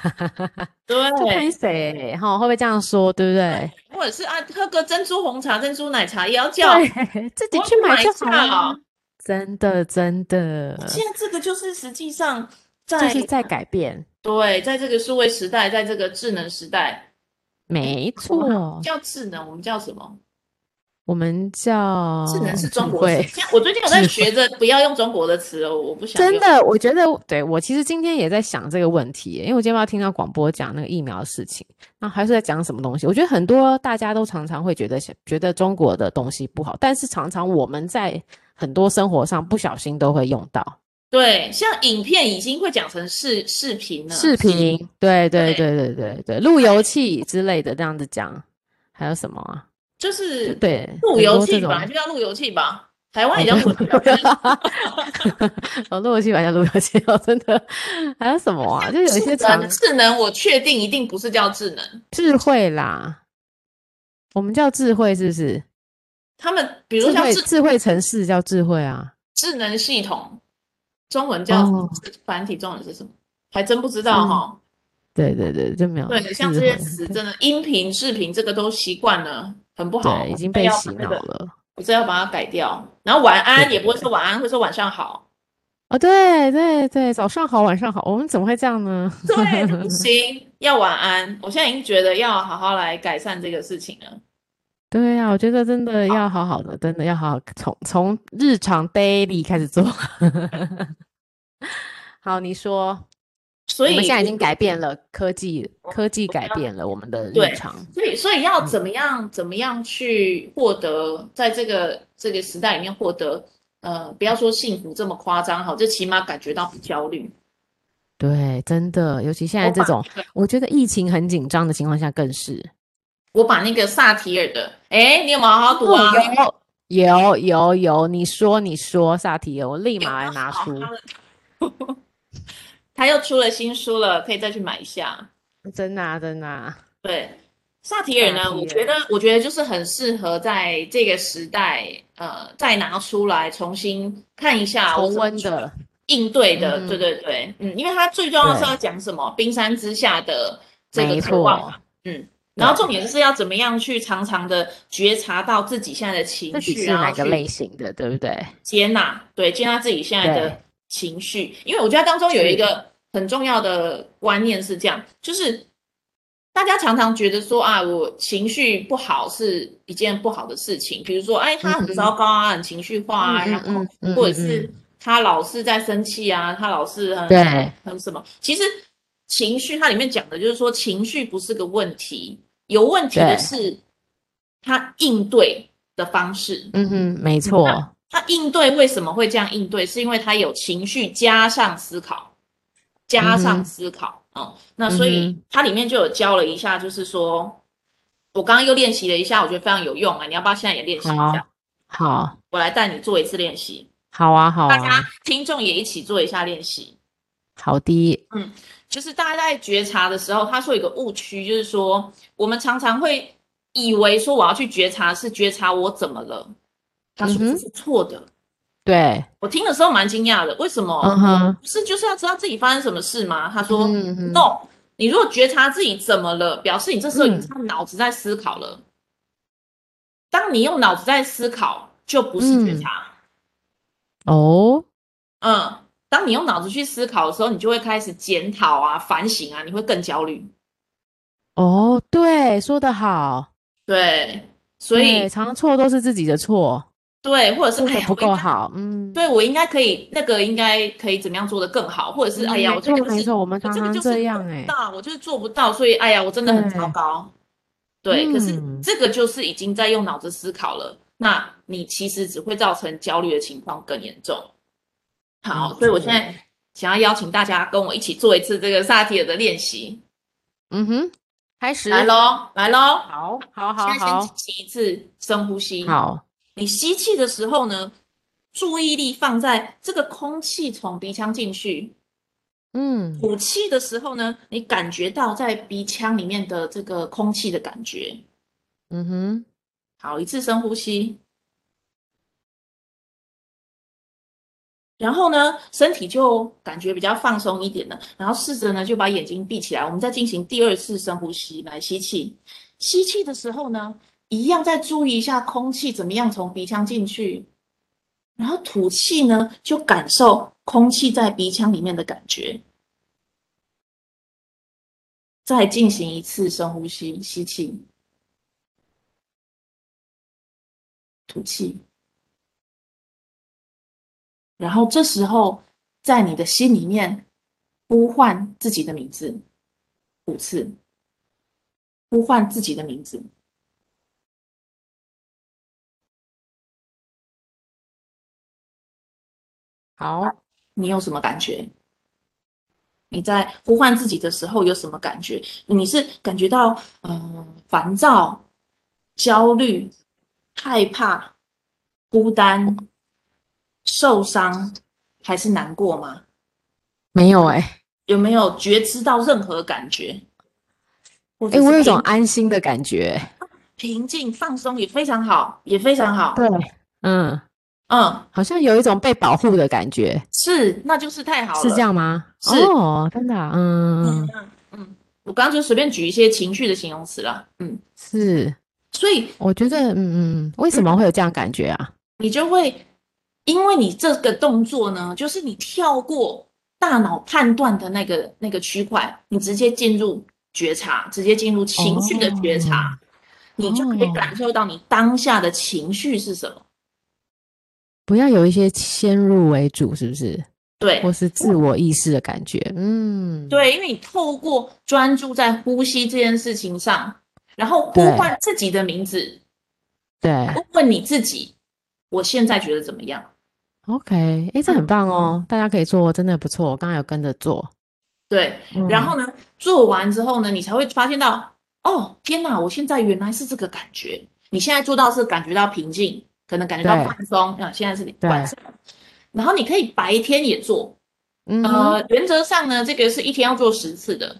Speaker 1: 就
Speaker 2: 对，
Speaker 1: 看谁哈，会不会这样说，对不对？
Speaker 2: 或者是啊，喝个珍珠红茶、珍珠奶茶也要叫。
Speaker 1: 对， 自己
Speaker 2: 我
Speaker 1: 去
Speaker 2: 去
Speaker 1: 买
Speaker 2: 买
Speaker 1: 就
Speaker 2: 一
Speaker 1: 好了
Speaker 2: 下。
Speaker 1: 真的，真的，
Speaker 2: 现在这个就是实际上
Speaker 1: 就
Speaker 2: 在
Speaker 1: 是在改变，
Speaker 2: 对，在这个数位时代，在这个智能时代，
Speaker 1: 没
Speaker 2: 我们
Speaker 1: 错。
Speaker 2: 叫智能，我们叫什么？
Speaker 1: 我们叫
Speaker 2: 智能是中
Speaker 1: 哦智
Speaker 2: 国
Speaker 1: 慧
Speaker 2: 词。现在我最近有
Speaker 1: 智
Speaker 2: 在
Speaker 1: 慧
Speaker 2: 学着不要用中国的词哦，我不 想
Speaker 1: 真
Speaker 2: 用。
Speaker 1: 的，我觉得对我其实今天也在想这个问题耶，因为我今天要听到广播讲那个疫苗的事情，那还是在讲什么东西？我觉得很多大家都常常会觉得想觉得中国的东西不好，但是常常我们在很多生活上不小心都会用到
Speaker 2: 对，像影片已经会讲成视视频了，
Speaker 1: 视频，对对对对对对，路由器之类的这样子讲，还有什么啊？
Speaker 2: 就是
Speaker 1: 对，
Speaker 2: 路
Speaker 1: 很
Speaker 2: 由
Speaker 1: 多这
Speaker 2: 器
Speaker 1: 种
Speaker 2: 本来就叫路由器吧，台湾也叫路啊由器吧。
Speaker 1: 哦，路由器玩家路由器 哦，真的还有什么啊？就有一些
Speaker 2: 智能
Speaker 1: 常
Speaker 2: 智能，我确定一定不是叫智能。
Speaker 1: 智慧啦，我们叫智慧是不是？
Speaker 2: 他们比如
Speaker 1: 智
Speaker 2: 像
Speaker 1: 慧
Speaker 2: 智
Speaker 1: 智慧城市叫智慧啊，
Speaker 2: 智能系统，中文叫
Speaker 1: 哦嗯
Speaker 2: 繁体中文是什么？还真不知道哈。
Speaker 1: 对对对，就没有
Speaker 2: 对，像
Speaker 1: 智
Speaker 2: 这些
Speaker 1: 慧
Speaker 2: 词
Speaker 1: 对
Speaker 2: 真的，音频、视频这个都习惯了，很不好，
Speaker 1: 对已经被洗
Speaker 2: 哦我真的要把这
Speaker 1: 脑
Speaker 2: 个
Speaker 1: 了。
Speaker 2: 我真的要把它改掉。然后晚安
Speaker 1: 对
Speaker 2: 也不会说晚安，会说晚 上好。
Speaker 1: 哦，对对对，早上好，晚上好，我们怎么会这样呢？
Speaker 2: 对，不行，要晚安。我现在已经觉得要好好来改善这个事情了。
Speaker 1: 对呀、啊，我觉得真的要好好的，真的要好好从从日常 daily 开始做。 好，你说，
Speaker 2: 所
Speaker 1: 我
Speaker 2: 以
Speaker 1: 们现在已经改变了科技，科技改变了我们的
Speaker 2: 对
Speaker 1: 日常。
Speaker 2: 所以，所
Speaker 1: 嗯
Speaker 2: 以要怎么样，怎么样去获得，在这个这个时代里面获得，呃，不要说幸福这么夸张哈，就起码感觉到不焦虑。
Speaker 1: 对，真的，尤其现在
Speaker 2: 我
Speaker 1: 这
Speaker 2: 把
Speaker 1: 种，我觉得疫情很紧张的情况下更是。
Speaker 2: 我把那个萨提尔的，哎，你有没有好好读啊？
Speaker 1: 哦，有有有有，你说你说，萨提尔，我立
Speaker 2: 有
Speaker 1: 马来 拿
Speaker 2: 好
Speaker 1: 出，
Speaker 2: 好地他又出了新书了，可以再去买一下。
Speaker 1: 真的啊真的啊，
Speaker 2: 对，萨提尔
Speaker 1: 萨提
Speaker 2: 呢，
Speaker 1: 尔
Speaker 2: 我觉得，我觉得就是很适合在这个时代，呃，再拿出来重新看一下，我
Speaker 1: 重
Speaker 2: 怎么
Speaker 1: 温
Speaker 2: 去
Speaker 1: 的，
Speaker 2: 应对的，
Speaker 1: 嗯
Speaker 2: 对对对，嗯，因为它最重要的是
Speaker 1: 对
Speaker 2: 要讲什么冰山之下的这个
Speaker 1: 没
Speaker 2: 渴望
Speaker 1: 错
Speaker 2: 嘛，，嗯然后重点就是要怎么样去常常的觉察到自己现在的情
Speaker 1: 自己
Speaker 2: 绪，
Speaker 1: 是
Speaker 2: 然
Speaker 1: 哪
Speaker 2: 后
Speaker 1: 个
Speaker 2: 去
Speaker 1: 类型的，对不对？
Speaker 2: 接纳，对，接纳自己现在
Speaker 1: 对
Speaker 2: 的情绪，因为我觉得当中有
Speaker 1: 是
Speaker 2: 一个很重要的观念是这样，就是大家常常觉得说啊，我情绪不好是一件不好的事情，比如说哎，他很糟糕啊，很情绪化啊，
Speaker 1: 嗯
Speaker 2: 然后
Speaker 1: 嗯嗯
Speaker 2: 或者
Speaker 1: 嗯
Speaker 2: 是他老是在生气啊，他老是很
Speaker 1: 对
Speaker 2: 很什么，其实情绪它里面讲的就是说情绪不是个问题，有问题的
Speaker 1: 对
Speaker 2: 是他应对的方式。
Speaker 1: 嗯哼，没错，
Speaker 2: 他应对为什么会这样应对？是因为他有情绪加上思考，加上思考哦、那所
Speaker 1: 嗯
Speaker 2: 以它里面就有教了一下，就是说，我刚刚又练习了一下，我觉得非常有用啊！你要不要现在也练习一下？
Speaker 1: 好，
Speaker 2: 我来带你做一次练习，
Speaker 1: 好啊，好
Speaker 2: 大
Speaker 1: 啊
Speaker 2: 家，听众也一起做一下练习。
Speaker 1: 好的，
Speaker 2: 就是大家在觉察的时候，他说有一个误区，就是说我们常常会以为说我要去觉察是觉察我怎么了，他说
Speaker 1: 嗯哼
Speaker 2: 这是错的。
Speaker 1: 对，
Speaker 2: 我听的时候蛮惊讶的，为什么？
Speaker 1: 嗯哼，
Speaker 2: 不是就是要知道自己发生什么事吗？他说、
Speaker 1: 嗯哼
Speaker 2: no，你如果觉察自己怎么了，表示你这时候已经
Speaker 1: 嗯
Speaker 2: 是脑子在思考了。当你用脑子在思考，就不是觉察。
Speaker 1: 哦，
Speaker 2: 嗯当你用脑子去思考的时候，你就会开始检讨啊、反省啊，你会更焦虑。
Speaker 1: 哦，对，说得好，
Speaker 2: 对，所以
Speaker 1: 对常常错都是自己的错，
Speaker 2: 对或者是
Speaker 1: 做
Speaker 2: 哎
Speaker 1: 的
Speaker 2: 呀
Speaker 1: 不
Speaker 2: 我应
Speaker 1: 够
Speaker 2: 该，
Speaker 1: 好，嗯，
Speaker 2: 对我应该可以，那个应该可以怎么样做得更好，或者是、
Speaker 1: 嗯
Speaker 2: 哎呀，
Speaker 1: 没
Speaker 2: 我这个
Speaker 1: 错
Speaker 2: 就是
Speaker 1: 没错，我们
Speaker 2: 我
Speaker 1: 常
Speaker 2: 这个
Speaker 1: 常
Speaker 2: 就是
Speaker 1: 这
Speaker 2: 做
Speaker 1: 样
Speaker 2: 不
Speaker 1: 哎，
Speaker 2: 到，我就是做不到，所以哎呀，我真的很糟糕。对，可是
Speaker 1: 嗯
Speaker 2: 这个就是已经在用脑子思考了，那你其实只会造成焦虑的情况更严重。好，
Speaker 1: 没
Speaker 2: 所以我现
Speaker 1: 错
Speaker 2: 在想要邀请大家跟我一起做一次这个萨提尔的练习，
Speaker 1: 嗯哼，开始
Speaker 2: 来喽，来喽，
Speaker 1: 好，好，好，
Speaker 2: 现在先
Speaker 1: 好，
Speaker 2: 进行一次深呼吸，
Speaker 1: 好，
Speaker 2: 你吸气的时候呢，注意力放在这个空气从鼻腔进去，
Speaker 1: 嗯，
Speaker 2: 吐气的时候呢，你感觉到在鼻腔里面的这个空气的感觉。
Speaker 1: 嗯哼，
Speaker 2: 好，一次深呼吸。然后呢，身体就感觉比较放松一点了。然后试着呢，就把眼睛闭起来。我们再进行第二次深呼吸，来吸气。吸气的时候呢，一样再注意一下空气怎么样从鼻腔进去。然后吐气呢，就感受空气在鼻腔里面的感觉。再进行一次深呼吸，吸气，吐气。然后这时候在你的心里面呼唤自己的名字五次，呼唤自己的名字。
Speaker 1: 好，
Speaker 2: 你有什么感觉？你在呼唤自己的时候有什么感觉？你是感觉到呃烦躁、焦虑、害怕、孤单、受伤，还是难过吗？
Speaker 1: 没有哎、欸，
Speaker 2: 有没有觉知到任何感觉？哎
Speaker 1: 哎、我有一种安心的感觉。
Speaker 2: 平静、放松也非常好，也非常好。
Speaker 1: 对，嗯，
Speaker 2: 嗯，
Speaker 1: 好像有一种被保护的感觉，
Speaker 2: 是，那就是太好了。
Speaker 1: 是这样吗？
Speaker 2: 是
Speaker 1: 哦，真的啊、嗯，
Speaker 2: 嗯嗯，我刚刚就随便举一些情绪的形容词啦。嗯，
Speaker 1: 是，
Speaker 2: 所以
Speaker 1: 我觉得，嗯嗯，为什么会有这样感觉啊？
Speaker 2: 你就会，因为你这个动作呢，就是你跳过大脑判断的那个那个区块，你直接进入觉察，直接进入情绪的觉察，
Speaker 1: 哦
Speaker 2: 你就可以感受到你当下的情绪是什么。
Speaker 1: 不要有一些先入为主，是不是？
Speaker 2: 对，
Speaker 1: 或是自我意识的感觉？嗯，，
Speaker 2: 对，因为你透过专注在呼吸这件事情上，然后呼
Speaker 1: 对
Speaker 2: 唤自己的名字，
Speaker 1: 对
Speaker 2: 问问你自己，我现在觉得怎么样？
Speaker 1: ，OK，哎、这很棒哦，大家可以做，真的不错，我刚刚有跟着做。
Speaker 2: 对，
Speaker 1: 嗯
Speaker 2: 然后呢，做完之后呢，你才会发现到，哦，天哪，我现在原来是这个感觉。你现在做到是感觉到平静，可能感觉到
Speaker 1: 对
Speaker 2: 放松，啊，现在是
Speaker 1: 对
Speaker 2: 晚上，然后你可以白天也做，
Speaker 1: 嗯哼，
Speaker 2: 呃，原则上呢，这个是一天要做十次的，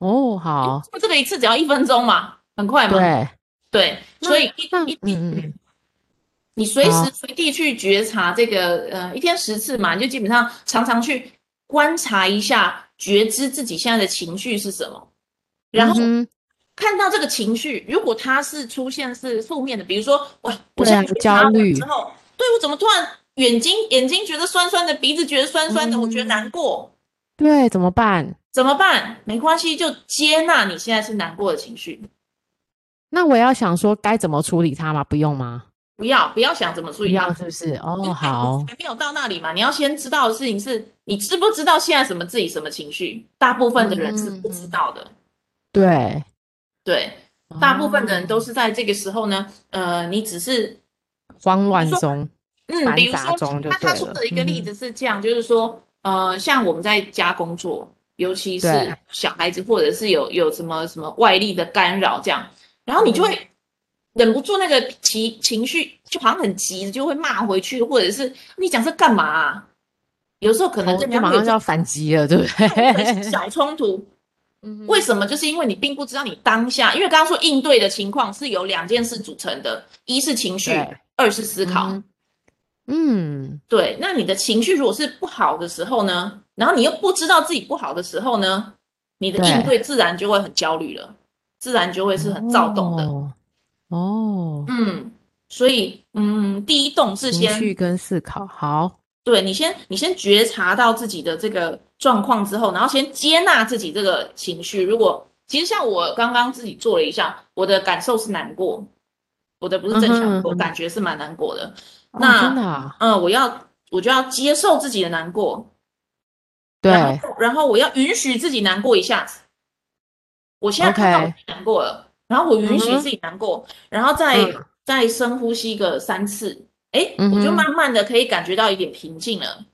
Speaker 1: 哦，好，
Speaker 2: 这个一次只要一分钟嘛，很快嘛，
Speaker 1: 对，
Speaker 2: 对，
Speaker 1: 那
Speaker 2: 所以一
Speaker 1: 那
Speaker 2: 一
Speaker 1: 嗯嗯嗯，
Speaker 2: 你随
Speaker 1: 好
Speaker 2: 时随地去觉察这个，呃，一天十次嘛，你就基本上常常去观察一下，觉知自己现在的情绪是什么，然后
Speaker 1: 嗯哼
Speaker 2: 看到这个情绪，如果它是出现是负面的，比如说，哇，我
Speaker 1: 对
Speaker 2: 现
Speaker 1: 啊
Speaker 2: 在觉察
Speaker 1: 焦虑
Speaker 2: 完之后，对我怎么突然眼睛眼睛觉得酸酸的，鼻子觉得酸酸的，我觉得
Speaker 1: 嗯
Speaker 2: 难过，
Speaker 1: 对，怎么办？
Speaker 2: 怎么办？没关系，就接纳你现在是难过的情绪，
Speaker 1: 那我要想说该怎么处理它吗？不用吗？
Speaker 2: 不要不要想怎么处
Speaker 1: 不
Speaker 2: 理它
Speaker 1: 要，是不是？
Speaker 2: 因
Speaker 1: 哦，
Speaker 2: 为
Speaker 1: 好，
Speaker 2: 还没有到那里嘛。你要先知道的事情是你知不知道现在什么自己什么情绪，大部分的人
Speaker 1: 嗯
Speaker 2: 是不知道的。
Speaker 1: 对，
Speaker 2: 对，
Speaker 1: 哦
Speaker 2: 大部分的人都
Speaker 1: 是
Speaker 2: 是在这个时候呢，呃，你只是
Speaker 1: 慌乱
Speaker 2: 比如说
Speaker 1: 中，
Speaker 2: 嗯，
Speaker 1: 繁
Speaker 2: 比如
Speaker 1: 杂
Speaker 2: 说
Speaker 1: 中就
Speaker 2: 他他
Speaker 1: 对
Speaker 2: 说
Speaker 1: 了
Speaker 2: 的一个例
Speaker 1: 嗯
Speaker 2: 子是这样，就是说，呃，像我们在家工作，尤其
Speaker 1: 对
Speaker 2: 是小孩子或者是有有什么什么外力的干扰这样，然后你就
Speaker 1: 嗯
Speaker 2: 会忍不住那个情情绪，就好像很急，就会骂回去，或者是你讲这干嘛啊？有时候可能
Speaker 1: 哦
Speaker 2: 跟人
Speaker 1: 就
Speaker 2: 家
Speaker 1: 马
Speaker 2: 会
Speaker 1: 上
Speaker 2: 有这
Speaker 1: 就要反击了，对不
Speaker 2: 种
Speaker 1: 对？
Speaker 2: 小冲突，
Speaker 1: 嗯
Speaker 2: 为什么？就是因为你并不知道你当下，因为刚刚说应对的情况是由两件事组成的，一是情绪
Speaker 1: 对，
Speaker 2: 二是思考。
Speaker 1: 嗯嗯，
Speaker 2: 对，那你的情绪如果是不好的时候呢，然后你又不知道自己不好的时候呢，你的应对自然就会很焦虑了，自然就会是很躁动的。
Speaker 1: 哦。哦，
Speaker 2: 嗯，所以嗯，第一动是
Speaker 1: 情
Speaker 2: 先
Speaker 1: 绪跟思考，好，
Speaker 2: 对你先你先觉察到自己的这个状况之后，然后先接纳自己这个情绪。如果其实像我刚刚自己做了一下，我的感受是难过，我的不是正
Speaker 1: 嗯哼
Speaker 2: 常
Speaker 1: 嗯
Speaker 2: 过，我
Speaker 1: 哼
Speaker 2: 感觉是蛮难过的。
Speaker 1: 哦
Speaker 2: 那
Speaker 1: 真的啊，
Speaker 2: 嗯，我要我就要接受自己的难过，然
Speaker 1: 对，
Speaker 2: 后然后我要允许自己难过一下子。我现在看到我
Speaker 1: OK
Speaker 2: 自己难过了然后我允许
Speaker 1: 嗯哼
Speaker 2: 自己难过，然后再、
Speaker 1: 嗯
Speaker 2: 再深呼吸个三次，哎，
Speaker 1: 嗯
Speaker 2: 我就
Speaker 1: 哼
Speaker 2: 慢慢的可以感觉到一点平静了。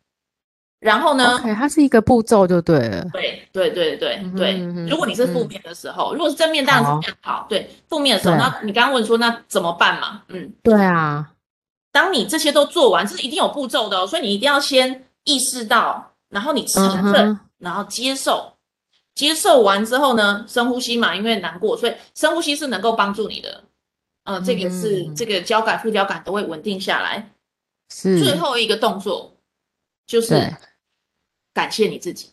Speaker 2: 然后呢
Speaker 1: OK，它是一个步骤就对了，
Speaker 2: 对对对对
Speaker 1: 嗯哼
Speaker 2: 对、
Speaker 1: 嗯哼
Speaker 2: 如果你是负
Speaker 1: 嗯
Speaker 2: 面的时候，如果是正面当然是
Speaker 1: 好
Speaker 2: 这样好。对，负面的时候，
Speaker 1: 对
Speaker 2: 那你刚刚问说那怎么办嘛？嗯，
Speaker 1: 对啊，
Speaker 2: 当你这些都做完，这是一定有步骤的哦，所以你一定要先意识到，然后你承认
Speaker 1: 嗯哼
Speaker 2: 然后接受。接受完之后呢，深呼吸嘛，因为难过，所以深呼吸是能够帮助你的。呃，这个是、
Speaker 1: 嗯
Speaker 2: 这个交感、副交感都会稳定下来。
Speaker 1: 是
Speaker 2: 最后一个动作就是
Speaker 1: 嗯对
Speaker 2: 感谢你自己，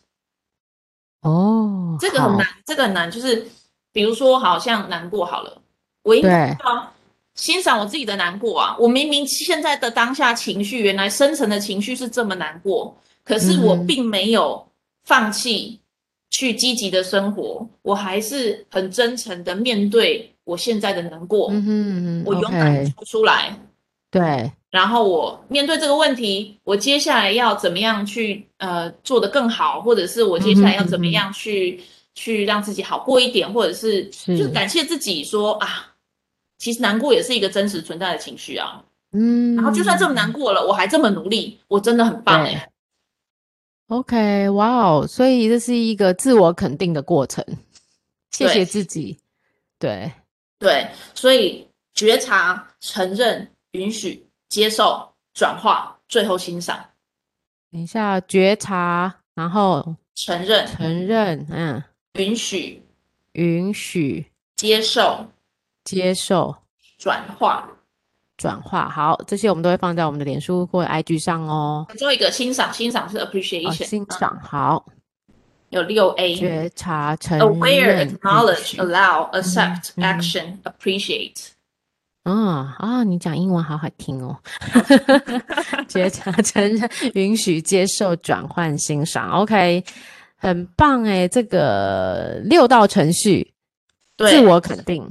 Speaker 1: 哦，
Speaker 2: 这个很
Speaker 1: 好
Speaker 2: 难，这个很难，就是比如说，好像难过好了，我应该
Speaker 1: 对嗯
Speaker 2: 要啊欣赏我自己的难过啊。我明明现在的当下情绪，原来深层的情绪是这么难过，可是我
Speaker 1: 嗯哼
Speaker 2: 并没有放弃去积极的生活，我还是很真诚的面对我现在的难过，
Speaker 1: 嗯哼嗯哼
Speaker 2: 我勇敢地
Speaker 1: ，OK，
Speaker 2: 说出来，
Speaker 1: 对，
Speaker 2: 然后我面对这个问题，我接下来要怎么样去呃做得更好，或者是我接下来要怎
Speaker 1: 嗯
Speaker 2: 么样去、去让自己好过一点，或者是
Speaker 1: 是
Speaker 2: 就是感谢自己说啊，其实难过也是一个真实存在的情绪啊。
Speaker 1: 嗯，
Speaker 2: 然后就算这么难过了，我还这么努力，我真的很棒、
Speaker 1: 对
Speaker 2: 欸。
Speaker 1: ，OK，哇哦，所以这是一个自我肯定的过程，谢
Speaker 2: 对
Speaker 1: 谢自己，对，
Speaker 2: 对，所以觉察、承认、允许、接受、转化，最后欣赏、
Speaker 1: 等一下觉察，然后
Speaker 2: 承认、
Speaker 1: 承认，嗯，
Speaker 2: 允许、
Speaker 1: 允许、
Speaker 2: 接受、
Speaker 1: 接受、
Speaker 2: 转化，
Speaker 1: 转化，好，这些我们都会放在我们的脸书或 IG 上哦。
Speaker 2: 最后一个欣赏，欣赏是
Speaker 1: 好，
Speaker 2: appreciation，、
Speaker 1: 啊欣赏，
Speaker 2: 嗯
Speaker 1: 好，
Speaker 2: 有六 A。
Speaker 1: 觉察、承
Speaker 2: Aware,
Speaker 1: 认、
Speaker 2: acknowledge,
Speaker 1: 允许
Speaker 2: allow, accept,
Speaker 1: 嗯
Speaker 2: action, appreciate。
Speaker 1: 啊啊！你讲英文好好听哦。 觉察、承认、允许、接受、转换、欣赏，OK，很棒哎！这个六道程序，自
Speaker 2: 对
Speaker 1: 我肯定，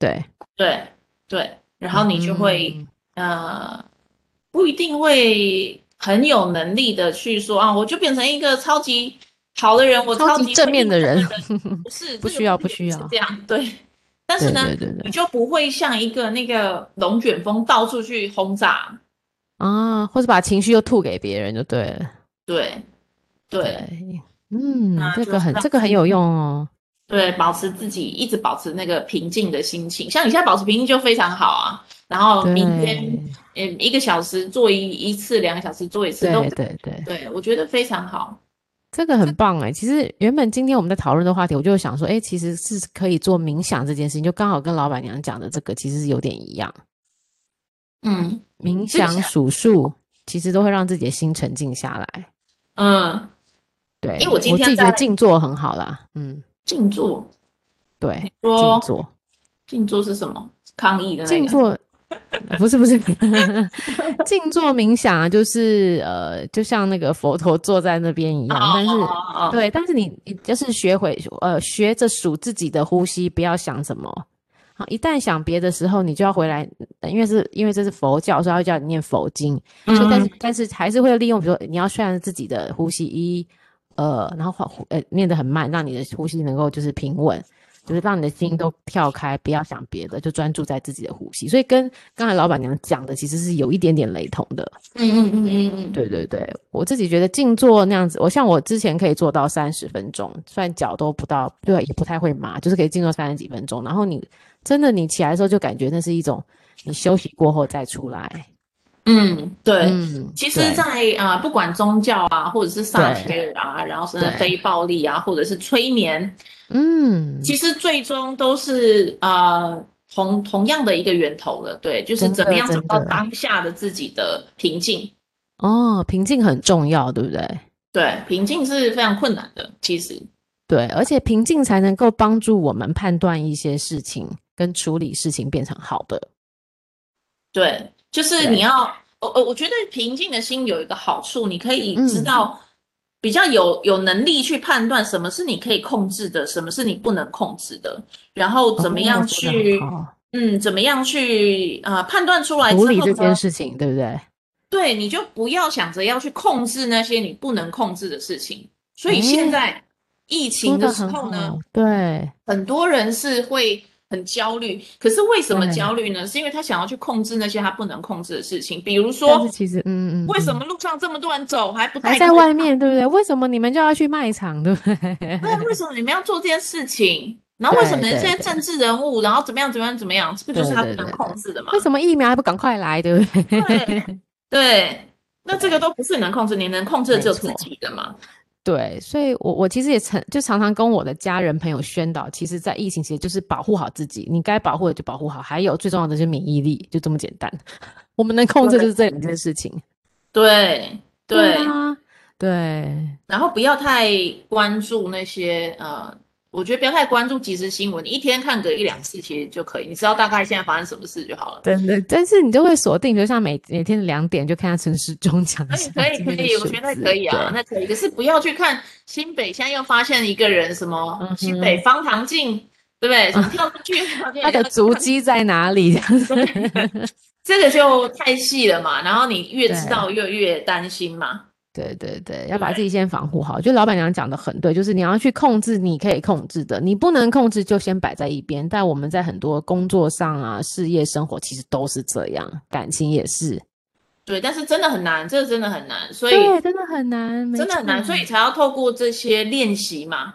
Speaker 1: 对，
Speaker 2: 对对，然后你就会、
Speaker 1: 嗯
Speaker 2: 呃，不一定会很有能力的去说啊，我就变成一个超级好的人，我
Speaker 1: 超级
Speaker 2: 级
Speaker 1: 正面的人
Speaker 2: 正面 的人不是，
Speaker 1: 不
Speaker 2: 这个
Speaker 1: 需要
Speaker 2: 是
Speaker 1: 不需
Speaker 2: 是
Speaker 1: 要
Speaker 2: 这样对。但是
Speaker 1: 对
Speaker 2: 呢，
Speaker 1: 对对对
Speaker 2: 你就不会像一个那个龙卷风到处去轰炸。
Speaker 1: 啊，或者把情绪又吐给别人就对了，
Speaker 2: 对对
Speaker 1: 对，嗯
Speaker 2: 那，
Speaker 1: 这
Speaker 2: 就
Speaker 1: 个
Speaker 2: 是
Speaker 1: 很
Speaker 2: 让
Speaker 1: 这个很有用哦。
Speaker 2: 对，保持自己一直保持那个平静的心情，像你现在保持平静就非常好啊。然后
Speaker 1: 对
Speaker 2: 明天，嗯，一个小时做一一次，两个小时做一次，都
Speaker 1: 对对对，
Speaker 2: 对，我觉得非常好。
Speaker 1: 这个很棒哎、其实原本今天我们在讨论的话题，我就想说，哎、其实是可以做冥想这件事情，就刚好跟老板娘讲的这个其实是有点一样。
Speaker 2: 嗯
Speaker 1: 冥
Speaker 2: 这个
Speaker 1: 想、
Speaker 2: 想
Speaker 1: 数数，其实都会让自己的心沉静下来。
Speaker 2: 嗯，
Speaker 1: 对，
Speaker 2: 因为我今天
Speaker 1: 自己觉得
Speaker 2: 在
Speaker 1: 静坐很好啦。嗯，
Speaker 2: 静坐，
Speaker 1: 对，
Speaker 2: 你
Speaker 1: 静
Speaker 2: 说
Speaker 1: 坐，
Speaker 2: 静坐是什么？抗议的那
Speaker 1: 静
Speaker 2: 个？
Speaker 1: 坐， 不是 不是，静坐冥想啊，就是呃，就像那个佛陀坐在那边一样，但是。
Speaker 2: 哦哦哦，
Speaker 1: 对，但是你你就是学会呃，学着数自己的呼吸，不要想什么。好，一旦想别的时候，你就要回来，呃因为是因为这是佛教，所以他会叫你念佛经。所以但是
Speaker 2: 嗯，
Speaker 1: 但是还是会利用，比如说你要训练自己的呼吸一呃，然后缓呃念得很慢，让你的呼吸能够就是平稳，就是让你的心都跳开，不要想别的，就专注在自己的呼吸。所以跟刚才老板娘讲的其实是有一点点雷同的。
Speaker 2: 嗯嗯嗯嗯嗯，
Speaker 1: 对对对，我自己觉得静坐那样子，我像我之前可以做到三十分钟，虽然脚都不到，对，也不太会麻，就是可以静坐三十几分钟。然后你真的你起来的时候，就感觉那是一种你休息过后再出来。
Speaker 2: 嗯，对。
Speaker 1: 嗯，
Speaker 2: 其实
Speaker 1: 对
Speaker 2: 在，啊，不管宗教啊，或者是萨
Speaker 1: 对
Speaker 2: 提尔啊，然后甚至
Speaker 1: 对
Speaker 2: 非暴力啊，或者是催眠，
Speaker 1: 嗯，
Speaker 2: 其实最终都是呃同同样的一个源头了，对，就是
Speaker 1: 真的
Speaker 2: 怎么样找到
Speaker 1: 真的
Speaker 2: 当下的自己的平静，
Speaker 1: 哦，平静很重要，对不对？
Speaker 2: 对，平静是非常困难的，其实，
Speaker 1: 对，而且平静才能够帮助我们判断一些事情跟处理事情变成好的。
Speaker 2: 对，就是
Speaker 1: 对
Speaker 2: 你要，我我我觉得平静的心有一个好处，你可以
Speaker 1: 嗯
Speaker 2: 知道比较有有能力去判断什么是你可以控制的，什么是你不能控制的，然后怎么
Speaker 1: 哦
Speaker 2: 样
Speaker 1: 说得
Speaker 2: 去，
Speaker 1: 很好
Speaker 2: 嗯，怎么样去呃判断出来之
Speaker 1: 处理
Speaker 2: 后
Speaker 1: 这
Speaker 2: 呢
Speaker 1: 件事情，对不对？
Speaker 2: 对，你就不要想着要去控制那些你不能控制的事情。所以现
Speaker 1: 哎
Speaker 2: 在
Speaker 1: 说
Speaker 2: 疫情
Speaker 1: 的
Speaker 2: 的时
Speaker 1: 很
Speaker 2: 候呢
Speaker 1: 好，，对，
Speaker 2: 很多人是会很焦虑。可是为什么
Speaker 1: 对
Speaker 2: 焦虑呢？是因为他想要去控制那些他不能控制的事情，比如
Speaker 1: 但
Speaker 2: 说，
Speaker 1: 是其实，嗯嗯，
Speaker 2: 为什
Speaker 1: 嗯
Speaker 2: 么路上这么多人走还不
Speaker 1: 还
Speaker 2: 戴
Speaker 1: 在
Speaker 2: 口
Speaker 1: 外面，对不对？为什么你们就要去卖场，对不对？
Speaker 2: 罩？对，为什么你们要做这件事情？然后为什么
Speaker 1: 对对
Speaker 2: 现在
Speaker 1: 对
Speaker 2: 政治人物，然后怎么样怎么样怎么样，这不就是
Speaker 1: 对
Speaker 2: 他
Speaker 1: 对
Speaker 2: 不能
Speaker 1: 对
Speaker 2: 控制的嘛
Speaker 1: 为？什么疫苗还不赶快来，对不对？
Speaker 2: 对对，那这个都不是你能控制，你能控制的只有自
Speaker 1: 没错
Speaker 2: 己的嘛。
Speaker 1: 对，所以我我其实也常就常常跟我的家人朋友宣导，其实，在疫情期间就是保护好自己，你该保护的就保护好，还有最重要的就是免疫力，就这么简单。我们能控制
Speaker 2: 对
Speaker 1: 就是这两件事情。
Speaker 2: 对对，
Speaker 1: 啊，对，
Speaker 2: 然后不要太关注那些呃，我觉得不要太关注即时新闻，你一天看个一两次其实就可以，你知道大概现在发生什么事就好了。
Speaker 1: 真的，但是你就会锁定，比如像每每天的两点就看下陈时中讲一
Speaker 2: 可以
Speaker 1: 下
Speaker 2: 可 以
Speaker 1: 今
Speaker 2: 可
Speaker 1: 天的
Speaker 2: 以，我
Speaker 1: 数
Speaker 2: 觉得
Speaker 1: 字
Speaker 2: 可以啊，
Speaker 1: 对
Speaker 2: 那可以。可是不要去看新北，现在又发现一个人什么
Speaker 1: 嗯
Speaker 2: 新北
Speaker 1: 哼
Speaker 2: 方糖镜，对 不对？什么跳出去，然后就
Speaker 1: 他的足迹在哪里？这样子
Speaker 2: 这个就太细了嘛。然后你越知
Speaker 1: 对
Speaker 2: 道越越担心嘛。
Speaker 1: 对对对，要把
Speaker 2: 对
Speaker 1: 自己先防护好。就老板娘讲的很对，就是你要去控制你可以控制的，你不能控制就先摆在一边。但我们在很多工作上啊、事业、生活其实都是这样，感情也是。
Speaker 2: 对，但是真的很难，这个真的很难，所以
Speaker 1: 对，真的很难，没
Speaker 2: 真的很难，所以
Speaker 1: 错
Speaker 2: 才要透过这些练习嘛。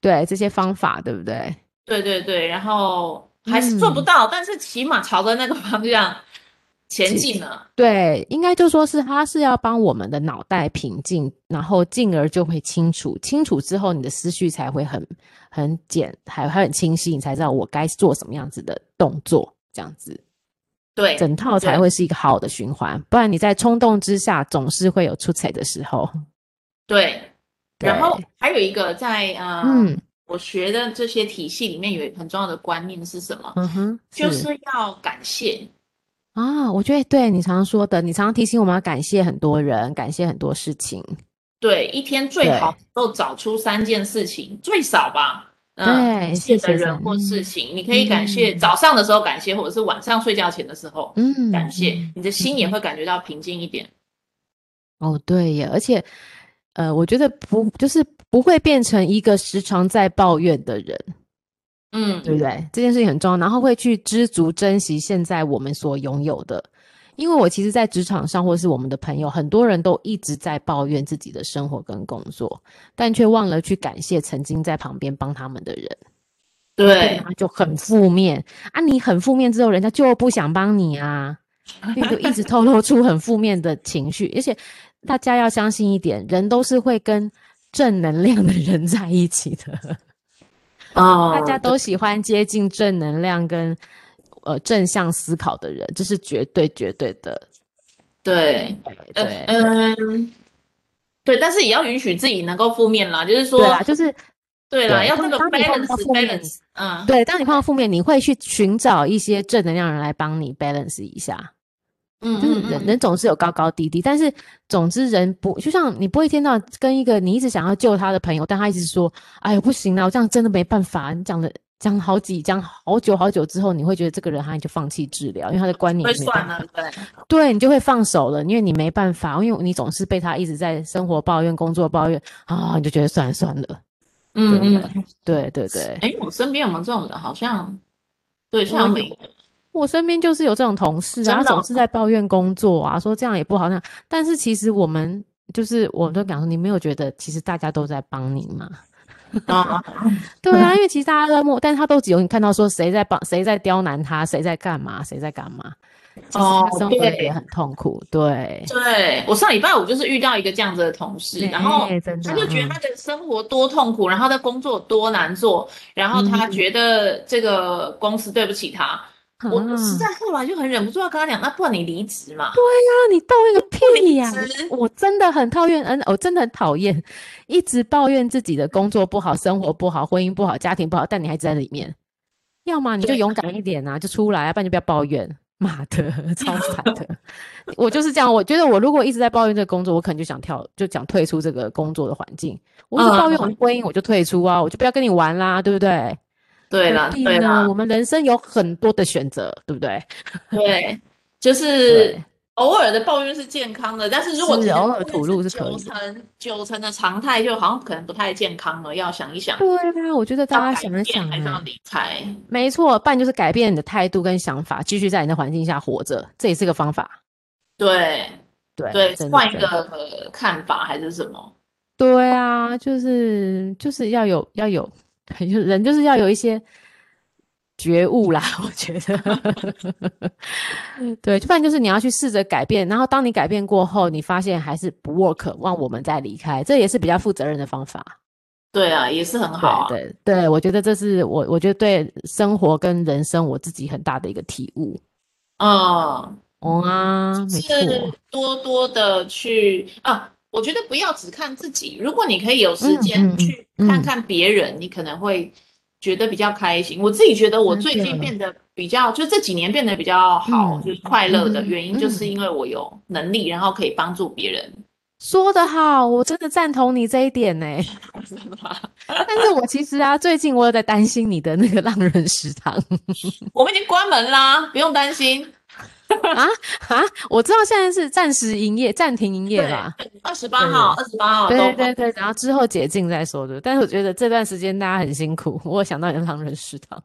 Speaker 1: 对这些方法，对不对？
Speaker 2: 对对对，然后还是
Speaker 1: 嗯
Speaker 2: 做不到，但是起码朝着那个方向前
Speaker 1: 其
Speaker 2: 进了。
Speaker 1: 对，应该就说是它是要帮我们的脑袋平静，然后进而就会清楚，清楚之后你的思绪才会很很简，还还很清晰，你才知道我该做什么样子的动作，这样子
Speaker 2: 对，
Speaker 1: 整套才
Speaker 2: 对
Speaker 1: 会是一个好的循环，不然你在冲动之下总是会有出彩的时候。
Speaker 2: 对，然后
Speaker 1: 对
Speaker 2: 还有一个在呃，
Speaker 1: 嗯
Speaker 2: 我学的这些体系里面有一个很重要的观念是什么？
Speaker 1: 嗯哼，
Speaker 2: 就是要感谢。
Speaker 1: 啊，我觉得对你常说的，你常常提醒我们要感谢很多人，感谢很多事情，
Speaker 2: 对，一天最
Speaker 1: 对
Speaker 2: 好能够找出三件事情，最少吧。嗯，
Speaker 1: 对
Speaker 2: 感谢
Speaker 1: 谢谢
Speaker 2: 的人
Speaker 1: 神
Speaker 2: 或事
Speaker 1: 嗯
Speaker 2: 情，你可以感谢
Speaker 1: 嗯
Speaker 2: 早上的时候感谢，或者是晚上睡觉前的时候
Speaker 1: 嗯，
Speaker 2: 感谢
Speaker 1: 嗯，
Speaker 2: 你的心也会感觉到平静一点。
Speaker 1: 哦，对耶，而且，呃，我觉得不就是不会变成一个时常在抱怨的人，
Speaker 2: 嗯，
Speaker 1: 对不对？这件事情很重要，然后会去知足珍惜现在我们所拥有的。因为我其实，在职场上或是我们的朋友，很多人都一直在抱怨自己的生活跟工作，但却忘了去感谢曾经在旁边帮他们的人。
Speaker 2: 对，
Speaker 1: 他就很负面啊！你很负面之后，人家就不想帮你 啊，因为就一直透露出很负面的情绪。而且大家要相信一点，人都是会跟正能量的人在一起的，
Speaker 2: 哦，
Speaker 1: 大家都喜欢接近正能量跟呃正向思考的人，这是绝对绝对的。
Speaker 2: 对，呃
Speaker 1: 对，
Speaker 2: 嗯，对，但是也要允许自己能够负面啦，就是说
Speaker 1: 对，啦，就是
Speaker 2: 对啦，
Speaker 1: 对
Speaker 2: 要
Speaker 1: 当
Speaker 2: 这个
Speaker 1: 当你碰到
Speaker 2: balance
Speaker 1: 负面
Speaker 2: balance，嗯，
Speaker 1: 对。当你碰到负面，你会去寻找一些正能量的人来帮你 balance 一下。
Speaker 2: 嗯
Speaker 1: 就是
Speaker 2: 嗯
Speaker 1: 人
Speaker 2: 嗯，
Speaker 1: 人总是有高高低低，但是总之人不就像你不会听到跟一个你一直想要救他的朋友，但他一直说：“哎呦不行了，我这样真的没办法。”啊你讲了讲好几讲好久好久之后，你会觉得这个人他就放弃治疗，因为他的观念
Speaker 2: 会
Speaker 1: 已经没
Speaker 2: 算啊
Speaker 1: 办法
Speaker 2: 了，对，
Speaker 1: 对你就会放手了，因为你没办法，因为你总是被他一直在生活抱怨、工作抱怨啊，你就觉得算了算了。
Speaker 2: 嗯
Speaker 1: 真的
Speaker 2: 嗯，
Speaker 1: 对对对，
Speaker 2: 哎，我身边有没有这种人？好像，对，像
Speaker 1: 我
Speaker 2: 没
Speaker 1: 有我身边就是有这种同事
Speaker 2: 真
Speaker 1: 啊，他
Speaker 2: 的哦
Speaker 1: 总是在抱怨工作啊，说这样也不好那样。但是其实我们就是，我们都讲说，你没有觉得其实大家都在帮你吗？
Speaker 2: 啊，
Speaker 1: 对啊，因为其实大家都在默，但他都只有你看到说谁在帮，谁在刁难他，谁在干嘛，谁在干嘛。其实他
Speaker 2: 哦
Speaker 1: 生活
Speaker 2: 对
Speaker 1: 也很痛苦，对，
Speaker 2: 对，我上礼拜五就是遇到一个这样子的同事，然后
Speaker 1: 哎真的
Speaker 2: 他就觉得
Speaker 1: 嗯
Speaker 2: 他的生活多痛苦，然后他的工作多难做，然后他
Speaker 1: 嗯
Speaker 2: 觉得这个公司对不起他，我
Speaker 1: 啊
Speaker 2: 实在后来就很忍不住要跟他讲，那不然你离职嘛。
Speaker 1: 那你抱怨个屁呀、
Speaker 2: 直
Speaker 1: 我我真的很讨厌，嗯，我真的很讨厌，一直抱怨自己的工作不好、生活不好、婚姻不好、家庭不好，但你还在里面。要么你就
Speaker 2: 对
Speaker 1: 勇敢一点啊，就出来啊，不然就不要抱怨。妈的， 超惨的！我就是这样，我觉得我如果一直在抱怨这个工作，我可能就想跳，就想退出这个工作的环境。我
Speaker 2: 嗯
Speaker 1: 一直抱怨我的婚姻，我就退出啊，我就不要跟你玩啦，对不对？
Speaker 2: 对啦，
Speaker 1: 何必
Speaker 2: 对啦
Speaker 1: 呢，，啊我们人生有很多的选择，对不对？
Speaker 2: 对，就是
Speaker 1: 对，
Speaker 2: 偶尔的抱怨是健康的，但是如果
Speaker 1: 是
Speaker 2: 只
Speaker 1: 偶
Speaker 2: 抱
Speaker 1: 尔
Speaker 2: 怨
Speaker 1: 吐露是可
Speaker 2: 九
Speaker 1: 以
Speaker 2: 成九成的常态，就好像可能不太健康了，要想一想，
Speaker 1: 对啊，我觉得大
Speaker 2: 要
Speaker 1: 家
Speaker 2: 改
Speaker 1: 想一
Speaker 2: 变
Speaker 1: 想、
Speaker 2: 还
Speaker 1: 欸，
Speaker 2: 是要理财。
Speaker 1: 没错，办就是改变你的态度跟想法，继续在你的环境下活着，这也是个方法。
Speaker 2: 对
Speaker 1: 对啊
Speaker 2: 对，
Speaker 1: 真的
Speaker 2: 换一
Speaker 1: 真
Speaker 2: 个
Speaker 1: 的
Speaker 2: 呃看法还是什么？
Speaker 1: 对啊，就是就是要有要有对，就是人就是要有一些觉悟啦， 我觉得。 对，就不然就是你要去试着改变，然后当你改变过后，你发现还是不 work，让我们再离开，这也是比较负责任的方法。
Speaker 2: 对啊，也是很好啊。
Speaker 1: 对对对，我觉得这是我我觉得对生活跟人生我自己很大的一个体悟。
Speaker 2: 嗯，
Speaker 1: 哦啊，没错，
Speaker 2: 是多多的去啊，我觉得不要只看自己，如果你可以有时
Speaker 1: 嗯嗯
Speaker 2: 间
Speaker 1: 嗯
Speaker 2: 去
Speaker 1: 嗯
Speaker 2: 看看别人，你可能会觉得比较开心。我自己觉得我最
Speaker 1: 真的
Speaker 2: 近变得比较，就这几年变得比较好，
Speaker 1: 嗯
Speaker 2: 就是快乐的
Speaker 1: 嗯
Speaker 2: 原因，就是因为我有能力，然后可以帮助别人。
Speaker 1: 说得好，我真的赞同你这一点呢、
Speaker 2: 真的吗？
Speaker 1: 但是我其实啊，最近我有在担心你的那个浪人食堂
Speaker 2: 我们已经关门啦，不用担心。
Speaker 1: 啊啊！我知道现在是暂时营业，暂停营业吧。
Speaker 2: 二十八号，二十八号都
Speaker 1: 对对对，然后之后解禁再说的。但是我觉得这段时间大家很辛苦，我有想到你的狼人食堂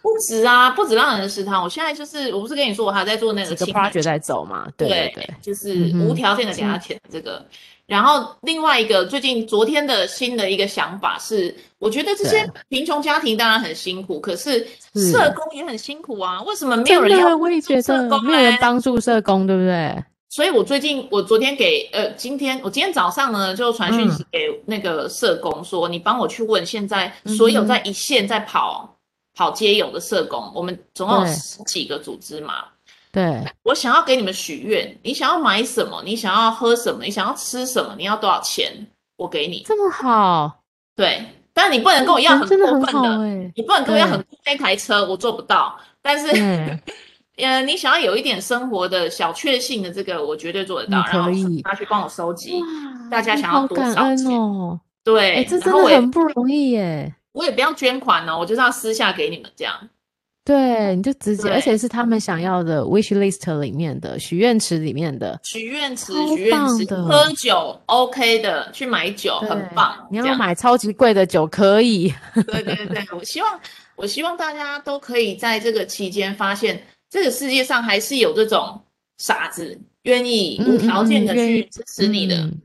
Speaker 2: 不止啊，不止让人食堂。我现在就是，我不是跟你说我还在做那
Speaker 1: 这
Speaker 2: 个
Speaker 1: 个
Speaker 2: 清单
Speaker 1: project 在走嘛，对
Speaker 2: 对
Speaker 1: 对，
Speaker 2: 就是
Speaker 1: 嗯哼
Speaker 2: 无条件的给他钱这个。然后另外一个，最近昨天的新的一个想法是，我觉得这些贫穷家庭当然很辛苦，可是
Speaker 1: 是
Speaker 2: 社工也很辛苦啊。为什么没有
Speaker 1: 真
Speaker 2: 人
Speaker 1: 的
Speaker 2: 要？
Speaker 1: 我也觉
Speaker 2: 社
Speaker 1: 得
Speaker 2: 工啊
Speaker 1: 没有人
Speaker 2: 嘞
Speaker 1: 帮助社工，对不对？
Speaker 2: 所以我最近，我昨天给呃，今天我今天早上呢就传
Speaker 1: 嗯
Speaker 2: 讯息给那个社工说，你帮我去问现在所有
Speaker 1: 嗯哼
Speaker 2: 在一线在跑、跑街友的社工，我们总共有
Speaker 1: 对
Speaker 2: 十几个组织嘛，
Speaker 1: 对，
Speaker 2: 我想要给你们许愿，你想要买什么？你想要喝什么？你想要吃什么？你要多少钱？我给你。
Speaker 1: 这么好，
Speaker 2: 对，但你不能跟我要
Speaker 1: 人
Speaker 2: 很
Speaker 1: 真的
Speaker 2: 过
Speaker 1: 很
Speaker 2: 分
Speaker 1: 好
Speaker 2: 的，
Speaker 1: 哎、
Speaker 2: 你不能跟我要很贵那台车，我做不到。但是，
Speaker 1: 对，
Speaker 2: 呃，你想要有一点生活的小确幸的这个，我绝对做得到。
Speaker 1: 你可
Speaker 2: 然后
Speaker 1: 以
Speaker 2: 他去帮我收集，
Speaker 1: 哇
Speaker 2: 大家
Speaker 1: 你
Speaker 2: 想要
Speaker 1: 好
Speaker 2: 多
Speaker 1: 感
Speaker 2: 少
Speaker 1: 恩
Speaker 2: 钱
Speaker 1: 哦，哎、
Speaker 2: 对，
Speaker 1: 这
Speaker 2: 然
Speaker 1: 真
Speaker 2: 后
Speaker 1: 的
Speaker 2: 我也
Speaker 1: 很不容易耶。
Speaker 2: 我也不要捐款哦，我就是要私下给你们这样。
Speaker 1: 对，你就直接，而
Speaker 2: 对
Speaker 1: 且是他们想要的 wish list 里面的许愿池里面的，
Speaker 2: 许愿池
Speaker 1: 超，
Speaker 2: 许愿池，
Speaker 1: 棒的
Speaker 2: 喝酒 OK 的，去买酒
Speaker 1: 对
Speaker 2: 哦很棒。
Speaker 1: 你
Speaker 2: 这
Speaker 1: 要
Speaker 2: 样
Speaker 1: 买超级贵的酒可以，
Speaker 2: 对对对，我希望我希望大家都可以在这个期间发现，这个世界上还是有这种傻子愿意
Speaker 1: 嗯
Speaker 2: 无条件
Speaker 1: 嗯
Speaker 2: 的
Speaker 1: 嗯愿意
Speaker 2: 去支持你的，
Speaker 1: 嗯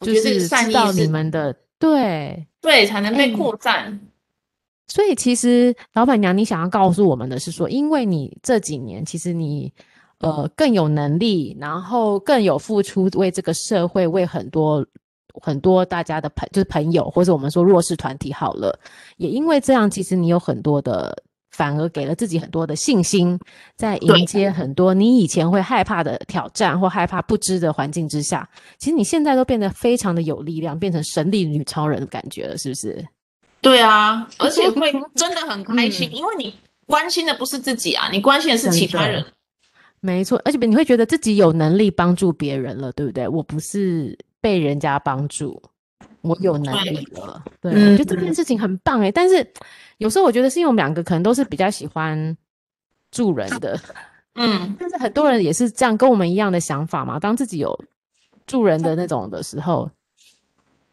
Speaker 2: 我
Speaker 1: 就
Speaker 2: 觉得这个
Speaker 1: 是
Speaker 2: 善
Speaker 1: 知
Speaker 2: 意
Speaker 1: 道
Speaker 2: 是
Speaker 1: 你们的对。
Speaker 2: 对才能被
Speaker 1: 哎
Speaker 2: 扩散。
Speaker 1: 所以其实老板娘，你想要告诉我们的是说，因为你这几年其实你呃更有能力，然后更有付出，为这个社会，为很多很多大家的朋就是朋友，或者我们说弱势团体好了，也因为这样，其实你有很多的。反而给了自己很多的信心，在迎
Speaker 2: 对
Speaker 1: 接很多你以前会害怕的挑战或害怕不知的环境之下，其实你现在都变得非常的有力量，变成神力女超人的感觉了，是不是？
Speaker 2: 对啊，而且 会真的很开心，
Speaker 1: 嗯
Speaker 2: 因为你关心的不是自己啊，你关心的是其他人。
Speaker 1: 没错，而且你会觉得自己有能力帮助别人了，对不对？我不是被人家帮助，我有能力了。对，
Speaker 2: 嗯
Speaker 1: 我觉得这件事情很棒哎、但是有时候我觉得是因为我们两个可能都是比较喜欢助人 的，
Speaker 2: 嗯，
Speaker 1: 但是很多人也是这样，跟我们一样的想法嘛。当自己有助人的那种的时候，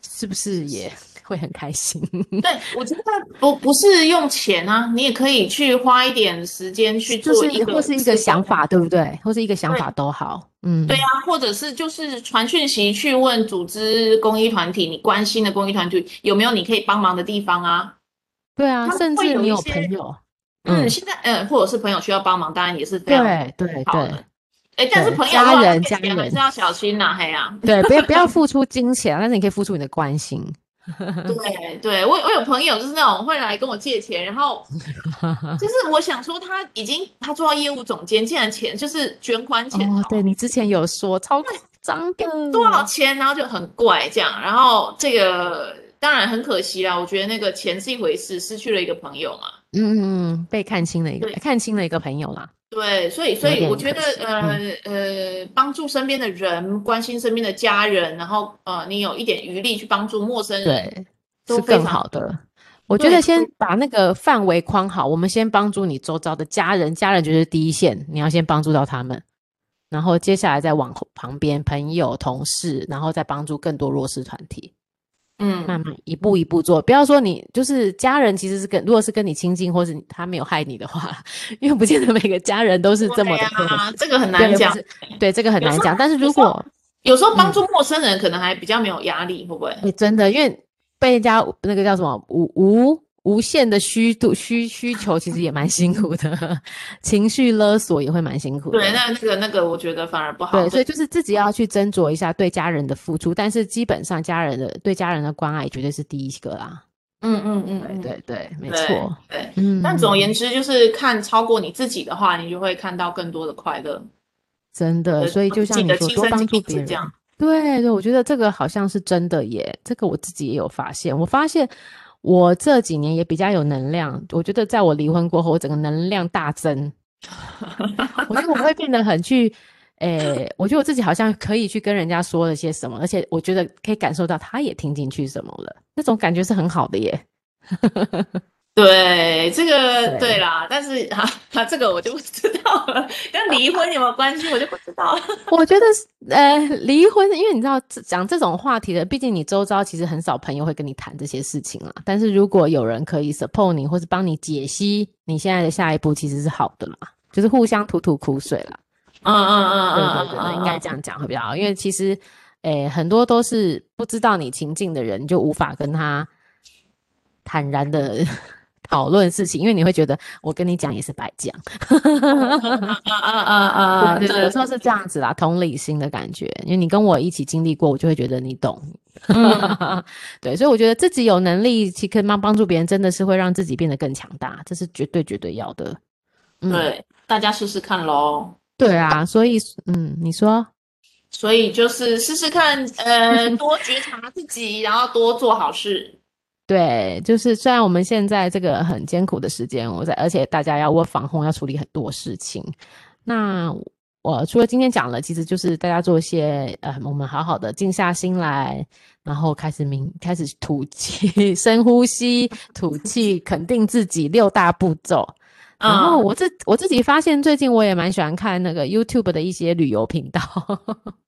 Speaker 1: 是不是也会很开心？
Speaker 2: 对，我觉得不不是用钱啊，你也可以去花一点时间去
Speaker 1: 就
Speaker 2: 做
Speaker 1: 是
Speaker 2: 一个
Speaker 1: 或是一个
Speaker 2: 思考
Speaker 1: 想法，对不对？或是一个想法都好，嗯，
Speaker 2: 对啊，或者是就是传讯息去问组织公益团体，你关心的公益团体有没有你可以帮忙的地方啊？
Speaker 1: 对啊
Speaker 2: 他，们
Speaker 1: 甚
Speaker 2: 会
Speaker 1: 至
Speaker 2: 有
Speaker 1: 你
Speaker 2: 一
Speaker 1: 有
Speaker 2: 些
Speaker 1: 朋友，
Speaker 2: 嗯，
Speaker 1: 嗯
Speaker 2: 现在嗯、呃或者是朋友需要帮忙，当然也是非常
Speaker 1: 对对
Speaker 2: 好
Speaker 1: 对
Speaker 2: 的。哎，但是
Speaker 1: 对
Speaker 2: 朋友
Speaker 1: 家
Speaker 2: 的话
Speaker 1: 人
Speaker 2: 面前
Speaker 1: 家
Speaker 2: 还是
Speaker 1: 人
Speaker 2: 要小心呐、嘿呀、
Speaker 1: 对，不要不要付出金钱，但是你可以付出你的关心。
Speaker 2: 对对，我我有朋友就是那种会来跟我借钱，然 后就是我想说他已经他做到业务总监，竟然钱就是卷款 钱哎
Speaker 1: 哦，对你之前有说超夸张的，
Speaker 2: 多少钱，然后就很怪这样，然后这个当然很可惜啦，我觉得那个钱是一回事，失去了一个朋友嘛，
Speaker 1: 嗯嗯嗯，被看清了一个
Speaker 2: 对
Speaker 1: 看清了一个朋友啦。
Speaker 2: 对，所以所
Speaker 1: 有
Speaker 2: 以
Speaker 1: 点
Speaker 2: 我觉
Speaker 1: 可
Speaker 2: 得
Speaker 1: 惜嗯
Speaker 2: 呃呃，帮助身边的人，关心身边的家人，然后呃，你有一点余力去帮助陌生人，
Speaker 1: 对，
Speaker 2: 都
Speaker 1: 是
Speaker 2: 非
Speaker 1: 更
Speaker 2: 常
Speaker 1: 好的。我觉
Speaker 2: 对
Speaker 1: 得
Speaker 2: 都
Speaker 1: 先把那个范围框好，我们先帮助你周遭的家人，家人就是第一线，你要先帮助到他们，然后接下来再往后旁边朋友、同事，然后再帮助更多弱势团体，
Speaker 2: 嗯，
Speaker 1: 慢慢一步一步做。不要说你就是家人，其实是跟如果是跟你亲近，或是他没有害你的话，因为不见得每个家人都是这么的
Speaker 2: 对
Speaker 1: 客
Speaker 2: 啊
Speaker 1: 气，
Speaker 2: 这个很
Speaker 1: 对
Speaker 2: 难
Speaker 1: 不
Speaker 2: 讲，
Speaker 1: 是对这个很
Speaker 2: 有时
Speaker 1: 难
Speaker 2: 候
Speaker 1: 讲。但是
Speaker 2: 有
Speaker 1: 如
Speaker 2: 时候
Speaker 1: 果
Speaker 2: 有时候帮助
Speaker 1: 嗯
Speaker 2: 陌生人可能还比较没有压力，会不会？
Speaker 1: 哎、真的，因为被人家那个叫什么无无无限的虚度需需求，其实也蛮辛苦的，情绪勒索也会蛮辛苦的。
Speaker 2: 对，那那个那个，我觉得反而不好。
Speaker 1: 对，所以就是自己要去斟酌一下对家人的付出，但是基本上家人的对家人的关爱绝对是第一个啦。
Speaker 2: 嗯嗯嗯，
Speaker 1: 对对对，没
Speaker 2: 对
Speaker 1: 错。
Speaker 2: 对。
Speaker 1: 嗯，
Speaker 2: 但总而言之，就是看超过你自己的话，你就会看到更多的快乐。
Speaker 1: 真的，所以就
Speaker 2: 自
Speaker 1: 像
Speaker 2: 己
Speaker 1: 你
Speaker 2: 的
Speaker 1: 说，
Speaker 2: 呃亲
Speaker 1: 多
Speaker 2: 身
Speaker 1: 帮
Speaker 2: 经
Speaker 1: 助
Speaker 2: 历
Speaker 1: 别
Speaker 2: 是
Speaker 1: 人
Speaker 2: 这。样。
Speaker 1: 对对，我觉得这个好像是真的耶，这个我自己也有发现。我发现我这几年也比较有能量，我觉得在我离婚过后，我整个能量大 增。我觉得我会变得很去，诶、我觉得我自己好像可以去跟人家说了些什么，而且我觉得可以感受到他也听进去什么了，那种感觉是很好的耶。
Speaker 2: 对，这个
Speaker 1: 对
Speaker 2: 对啦，但是啊啊，这个我就不知道了，跟离婚有没有关系，我就不知道了。
Speaker 1: 我觉得是，呃，离婚，因为你知道这讲这种话题的，毕竟你周遭其实很少朋友会跟你谈这些事情啦。但是如果有人可以 support 你，或是帮你解析你现在的下一步，其实是好的啦，就是互相吐吐苦水啦。
Speaker 2: 嗯嗯嗯
Speaker 1: 对
Speaker 2: 嗯
Speaker 1: 对
Speaker 2: 嗯
Speaker 1: 对，
Speaker 2: 嗯，
Speaker 1: 应该这样讲会比较好，因为其实，诶、很多都是不知道你情境的人，你就无法跟他坦然的 讨论事情，因为你会觉得我跟你讲也是白讲。
Speaker 2: 嗯嗯嗯嗯嗯，
Speaker 1: 呃对对，有
Speaker 2: 对
Speaker 1: 时，候是这样子啦，同理心的感觉，因为你跟我一起经历过，我就会觉得你懂。
Speaker 2: 嗯，
Speaker 1: 对，所以我觉得自己有能力，其实可以帮帮助别人，真的是会让自己变得更强大，这是绝对绝对要的。嗯，
Speaker 2: 对，大家试试看喽。
Speaker 1: 对啊，所以嗯，你说
Speaker 2: 所以就是试试看， 呃，多觉察自己，然后多做好事。嗯
Speaker 1: 对，就是虽然我们现在这个很艰苦的时间，我在，而且大家要我防控，要处理很多事情。那我除了今天讲了，其实就是大家做一些呃，我们好好的静下心来，然后开始明开始吐气，深呼吸，吐气，肯定自己六大步骤。然后
Speaker 2: 嗯，
Speaker 1: 我自我自己发现，最近我也蛮喜欢看那个 YouTube 的一些旅游频道，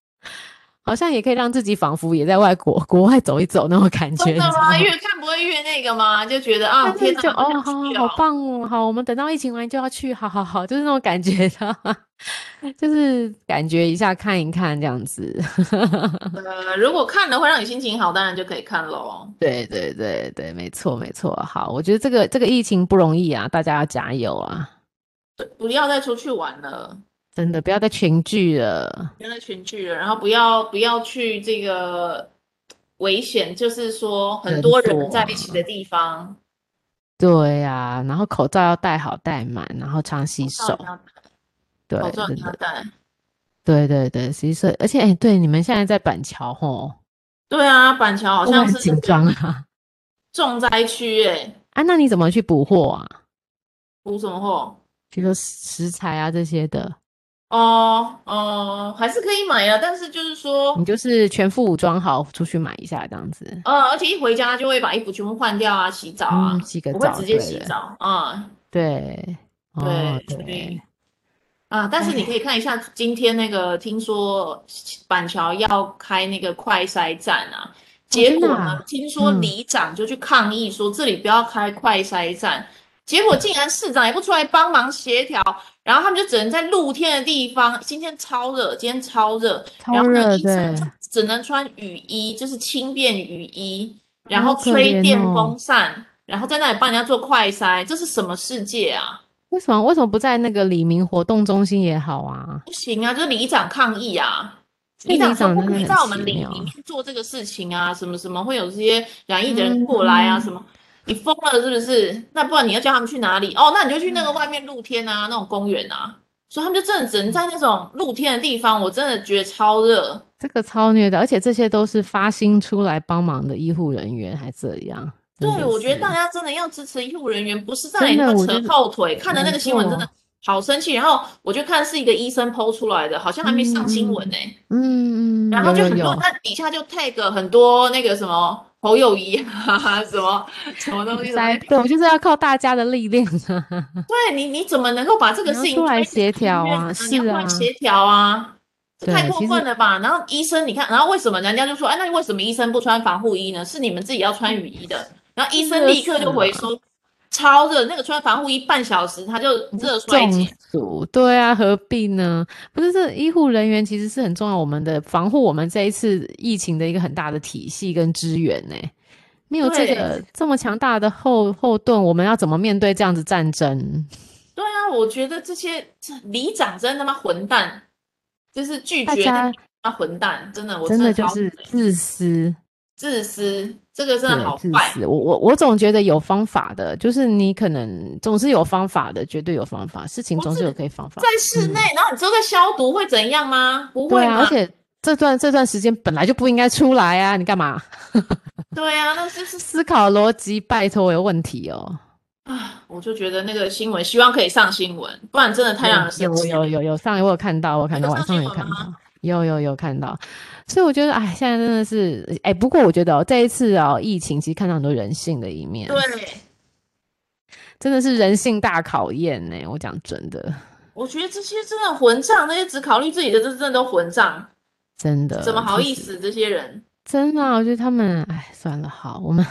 Speaker 1: 好像也可以让自己仿佛也在外国国外走一走那种感觉。
Speaker 2: 真
Speaker 1: 你
Speaker 2: 的
Speaker 1: 知道
Speaker 2: 吗？越看不会越那个吗？就觉得啊，
Speaker 1: 但是
Speaker 2: 天哪，
Speaker 1: 就
Speaker 2: 好
Speaker 1: 哦，
Speaker 2: 想
Speaker 1: 好
Speaker 2: 去
Speaker 1: 好
Speaker 2: 哦
Speaker 1: 棒哦，好，我们等到疫情完就要去，好好好，就是那种感觉的， 就是感觉一下看一看这样子。
Speaker 2: 呃，如果看了会让你心情好，当然就可以看喽。
Speaker 1: 对对对对，没错没错。好，我觉得这个这个疫情不容易啊，大家要加油啊！
Speaker 2: 不要再出去玩了，
Speaker 1: 真的不要再群聚了。
Speaker 2: 不要再群聚了，然后不要不要去这个危险，就是说很
Speaker 1: 人
Speaker 2: 多人
Speaker 1: 多
Speaker 2: 在一起的地方，
Speaker 1: 对呀、然后口罩要戴好戴满，然后常洗手
Speaker 2: 口罩。
Speaker 1: 对，真
Speaker 2: 一定要戴口罩一定要
Speaker 1: 的，
Speaker 2: 戴。
Speaker 1: 对对对，洗手。而且哎，对，你们现在在板桥吼，
Speaker 2: 对啊，板桥
Speaker 1: 会
Speaker 2: 好
Speaker 1: 不会
Speaker 2: 像
Speaker 1: 很
Speaker 2: 是
Speaker 1: 紧张啊。
Speaker 2: 重灾区哎，
Speaker 1: 啊，那你怎么去补货啊？
Speaker 2: 无什么货？
Speaker 1: 比如说食材啊这些的，
Speaker 2: 哦哦，还是可以买啊，但是就是说
Speaker 1: 你，就是全副武装好出去买一下这样子。
Speaker 2: 呃，而且一回家就会把衣服全部换掉啊，洗澡啊
Speaker 1: 嗯，，洗个
Speaker 2: 我会
Speaker 1: 澡，
Speaker 2: 直接
Speaker 1: 对
Speaker 2: 洗
Speaker 1: 的，
Speaker 2: 澡啊，
Speaker 1: 对，哦
Speaker 2: 对，所以
Speaker 1: 对，
Speaker 2: 啊，但是你可以看一下今天那个，听说板桥要开那个快筛站啊，结
Speaker 1: 哦真的
Speaker 2: 果
Speaker 1: 啊
Speaker 2: 呢，听说
Speaker 1: 嗯
Speaker 2: 里长就去抗议说这里不要开快筛站，结果竟然市长也不出来帮忙协调，然后他们就只能在露天的地方，今天超热，今天超热，然
Speaker 1: 超
Speaker 2: 后呢，
Speaker 1: 热，
Speaker 2: 医生
Speaker 1: 对，
Speaker 2: 就只能穿雨衣，就是轻便雨衣，然后
Speaker 1: 好可
Speaker 2: 吹
Speaker 1: 怜
Speaker 2: 电
Speaker 1: 哦
Speaker 2: 风扇，然后在那里帮人家做快筛，这是什么世界啊？
Speaker 1: 为什么为什么不在那个李明活动中心也好啊？
Speaker 2: 不行啊，就是里长抗议啊。
Speaker 1: 那
Speaker 2: 里长
Speaker 1: 里
Speaker 2: 说
Speaker 1: 长
Speaker 2: 不
Speaker 1: 真
Speaker 2: 可
Speaker 1: 的
Speaker 2: 以
Speaker 1: 很
Speaker 2: 在我们
Speaker 1: 奇
Speaker 2: 里
Speaker 1: 妙
Speaker 2: 里面做这个事情啊，什么什么会有这些染疫的人过来啊，
Speaker 1: 嗯
Speaker 2: 什么你疯了是不是？那不然你要叫他们去哪里？哦，那你就去那
Speaker 1: 嗯
Speaker 2: 个外面露天啊，那种公园啊。所以他们就真的只能在那种露天的地方，我真的觉得超热。
Speaker 1: 这个超虐的，而且这些都是发心出来帮忙的医护人员，还这样，
Speaker 2: 对
Speaker 1: 真，的
Speaker 2: 我觉得
Speaker 1: 是
Speaker 2: 大家真的要支持医护人员，不是在
Speaker 1: 真
Speaker 2: 那
Speaker 1: 的
Speaker 2: 里
Speaker 1: 我
Speaker 2: 扯
Speaker 1: 觉得
Speaker 2: 后腿。看了那
Speaker 1: 没
Speaker 2: 个新闻真的
Speaker 1: 错
Speaker 2: 好生气，然后我就看是一个医生剖出来的，好像还没上新
Speaker 1: 嗯
Speaker 2: 闻呢、欸
Speaker 1: 嗯嗯，
Speaker 2: 然后
Speaker 1: 有
Speaker 2: 就很
Speaker 1: 有
Speaker 2: 多，
Speaker 1: 有，
Speaker 2: 那底下就 tag 很多那个什么侯友谊啊，什么什么东西什么
Speaker 1: 来，。对我就是要靠大家的力量啊，
Speaker 2: 对你，你怎么能够把这个
Speaker 1: 你要
Speaker 2: 事情
Speaker 1: 出来
Speaker 2: 推
Speaker 1: 协调啊
Speaker 2: 啊？你要
Speaker 1: 是
Speaker 2: 出
Speaker 1: 啊
Speaker 2: 来协调啊，这太
Speaker 1: 对
Speaker 2: 过
Speaker 1: 其
Speaker 2: 分
Speaker 1: 实
Speaker 2: 了吧？然后医生，你看，然后为什么人家就说，哎，那为什么医生不穿防护衣呢？是你们自己要穿雨衣的。然后医生
Speaker 1: 热
Speaker 2: 立刻
Speaker 1: 死
Speaker 2: 就回
Speaker 1: 了
Speaker 2: 说，超热，那个穿防护衣半小时他就热衰竭
Speaker 1: 中。暑，对啊，何必呢？不是，这医护人员其实是很重要，我们的防护我们这一次疫情的一个很大的体系跟支援呢、没有这
Speaker 2: 对
Speaker 1: 个这么强大的后后盾，我们要怎么面对这样子战争？
Speaker 2: 对啊，我觉得这些这里长真他妈混蛋，就是拒
Speaker 1: 大
Speaker 2: 绝
Speaker 1: 家
Speaker 2: 啊混蛋，真的我
Speaker 1: 真
Speaker 2: 的
Speaker 1: 的就
Speaker 2: 超
Speaker 1: 是自私，
Speaker 2: 自私，这个真的
Speaker 1: 对
Speaker 2: 好
Speaker 1: 自
Speaker 2: 坏。
Speaker 1: 私。我我我总觉得有方法的，就是你可能总是有方法的，绝对有方法，事情
Speaker 2: 不
Speaker 1: 总是
Speaker 2: 是
Speaker 1: 有可以方法
Speaker 2: 在。室内，然后你之后再消毒会怎样吗？不
Speaker 1: 嗯对
Speaker 2: 会
Speaker 1: 啊，而
Speaker 2: 嘛？
Speaker 1: 且这段这段时间本来就不应该出来啊，你干嘛？
Speaker 2: 对啊，那就是
Speaker 1: 思考逻辑，拜托有问题哦。
Speaker 2: 啊，我就觉得那个新闻希望可以上新闻，不然真的太让人生
Speaker 1: 有
Speaker 2: 气。
Speaker 1: 有有有上一我有看到，我有看到
Speaker 2: 有
Speaker 1: 晚
Speaker 2: 上
Speaker 1: 上
Speaker 2: 新
Speaker 1: 有
Speaker 2: 闻
Speaker 1: 看
Speaker 2: 吗
Speaker 1: 到，有有有看到，所以我觉得哎，现在真的是哎，不过我觉得哦，这一次哦，疫情其实看到很多人性的一面，
Speaker 2: 对，
Speaker 1: 真的是人性大考验呢。我讲真的，
Speaker 2: 我觉得这些真的混账，那些只考虑自己的，这真的都混账，
Speaker 1: 真的
Speaker 2: 怎么好
Speaker 1: 就
Speaker 2: 意
Speaker 1: 是
Speaker 2: 思？这些人，
Speaker 1: 真的啊、我觉得他们，哎，算了，好，我们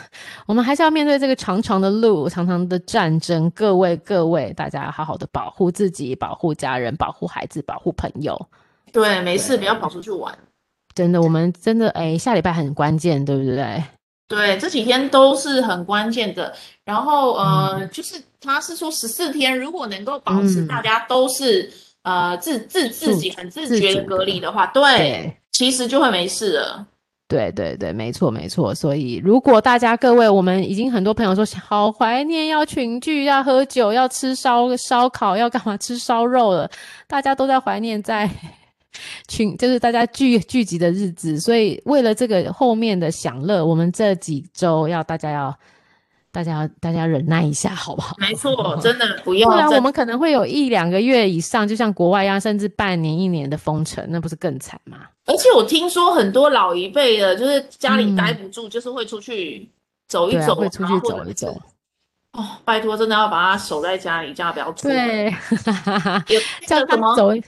Speaker 1: 我们还是要面对这个长长的路，长长的战争。各位各位，大家好好的保护自己，保护家人，保护孩子，保护朋友。
Speaker 2: 对，没事，不要跑出去玩。
Speaker 1: 真的，我们真的，哎，下礼拜很关键，对不对？
Speaker 2: 对，这几天都是很关键的。然后呃，就是他是说十四天，如果能够保持
Speaker 1: 嗯
Speaker 2: 大家都是呃自自自己很自
Speaker 1: 自
Speaker 2: 觉的
Speaker 1: 主
Speaker 2: 隔
Speaker 1: 的
Speaker 2: 离的话，对，其实就会没事了。
Speaker 1: 对对对，没错没错。所以，如果大家各位，我们已经很多朋友说好怀念要群聚、要喝酒、要吃烧烧烤、要干嘛吃烧肉了，大家都在怀念在 群，就是大家聚聚集的日子。所以，为了这个后面的享乐，我们这几周要大家要大家要大家忍耐一下，好不好？
Speaker 2: 没错， 真的不
Speaker 1: 不然
Speaker 2: 要
Speaker 1: 啊我
Speaker 2: 再
Speaker 1: 们可能会有一两个月以上，就像国外一样，甚至半年、一年的封城，那不是更惨吗？
Speaker 2: 而且我听说很多老一辈的，就是家里
Speaker 1: 嗯
Speaker 2: 待不住，就是会出去走一
Speaker 1: 对啊，
Speaker 2: 走，
Speaker 1: 会出
Speaker 2: 然后
Speaker 1: 去
Speaker 2: 或者
Speaker 1: 走一
Speaker 2: 是
Speaker 1: 走。
Speaker 2: 哦，拜托，真的要把他守在家里，叫他不要出门。
Speaker 1: 对，哈哈哈。
Speaker 2: 有
Speaker 1: 叫
Speaker 2: 那个
Speaker 1: 他
Speaker 2: 什么
Speaker 1: 走一，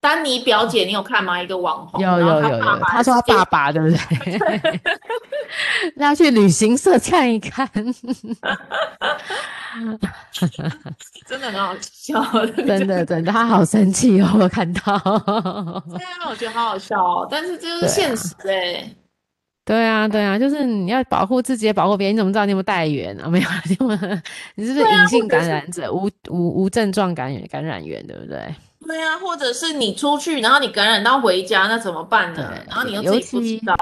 Speaker 2: 丹尼表姐，你有看吗？一个网红，
Speaker 1: 有
Speaker 2: 哦然后
Speaker 1: 有有有，
Speaker 2: 她爸爸
Speaker 1: 他说他
Speaker 2: 是
Speaker 1: 爸爸对不对？ 那要去旅行社看一看，
Speaker 2: 真的很好笑，
Speaker 1: 真的真的，他好生气哦， 我看到。
Speaker 2: 对啊，我觉得好好笑哦。但是这就
Speaker 1: 对
Speaker 2: 是
Speaker 1: 啊
Speaker 2: 现实哎、
Speaker 1: 对啊对啊，就是你要保护自己，也保护别人，你怎么知道你有没有带源啊？没有，你有没有你是不是
Speaker 2: 对啊
Speaker 1: 隐性
Speaker 2: 或者
Speaker 1: 感
Speaker 2: 是
Speaker 1: 染者，无无无症状感染感染源，对不对？
Speaker 2: 对啊，或者是你出去，然后你感染到回家，那怎么办呢
Speaker 1: 对？
Speaker 2: 然后你又
Speaker 1: 尤
Speaker 2: 自己不
Speaker 1: 其
Speaker 2: 知道，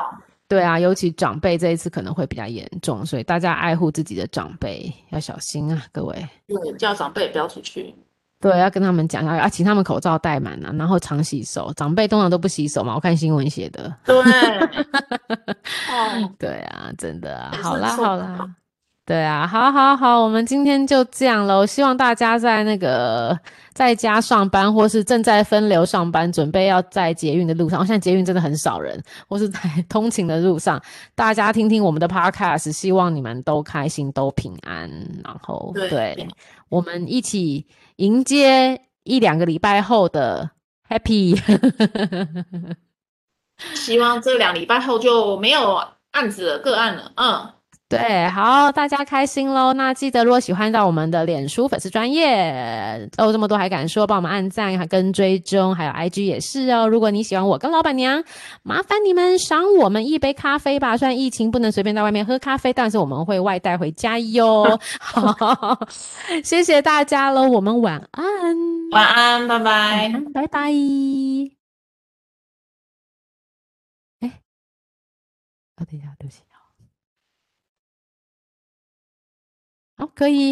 Speaker 1: 对啊，尤其长辈这一次可能会比较严重，所以大家爱护自己的长辈要小心啊，各位。
Speaker 2: 对，叫长辈不要出去。
Speaker 1: 对，要跟他们讲，要要请他们口罩戴满啊，然后常洗手。长辈通常都不洗手嘛，我看新闻写的。
Speaker 2: 对，哦，
Speaker 1: 对啊，真的啊，
Speaker 2: 也
Speaker 1: 好
Speaker 2: 是
Speaker 1: 啦
Speaker 2: 错
Speaker 1: 好啦，对啊，好好好，我们今天就这样喽。希望大家在那个在家上班，或是正在分流上班，准备要在捷运的路上，哦，现在捷运真的很少人，或是在 通勤的路上，大家听听我们的 podcast，希望你们都开心，都平安，然后
Speaker 2: 对
Speaker 1: 对我们一起迎接一两个礼拜后的 happy。
Speaker 2: 希望这两礼拜后就没有案子了个案了。嗯，
Speaker 1: 对，好，大家开心喽！那记得，如果喜欢到我们的脸书粉丝专业哦，这么多还敢说，帮我们按赞、还跟追踪，还有 IG 也是哦。如果你喜欢我跟老板娘，麻烦你们赏我们一杯咖啡吧。虽然疫情不能随便在外面喝咖啡，但是我们会外带回家哟。好，谢谢大家喽，我们晚安，
Speaker 2: 晚安，拜拜。
Speaker 1: 晚嗯安，拜拜。哎，啊哦，等一下，对不起。好，可以。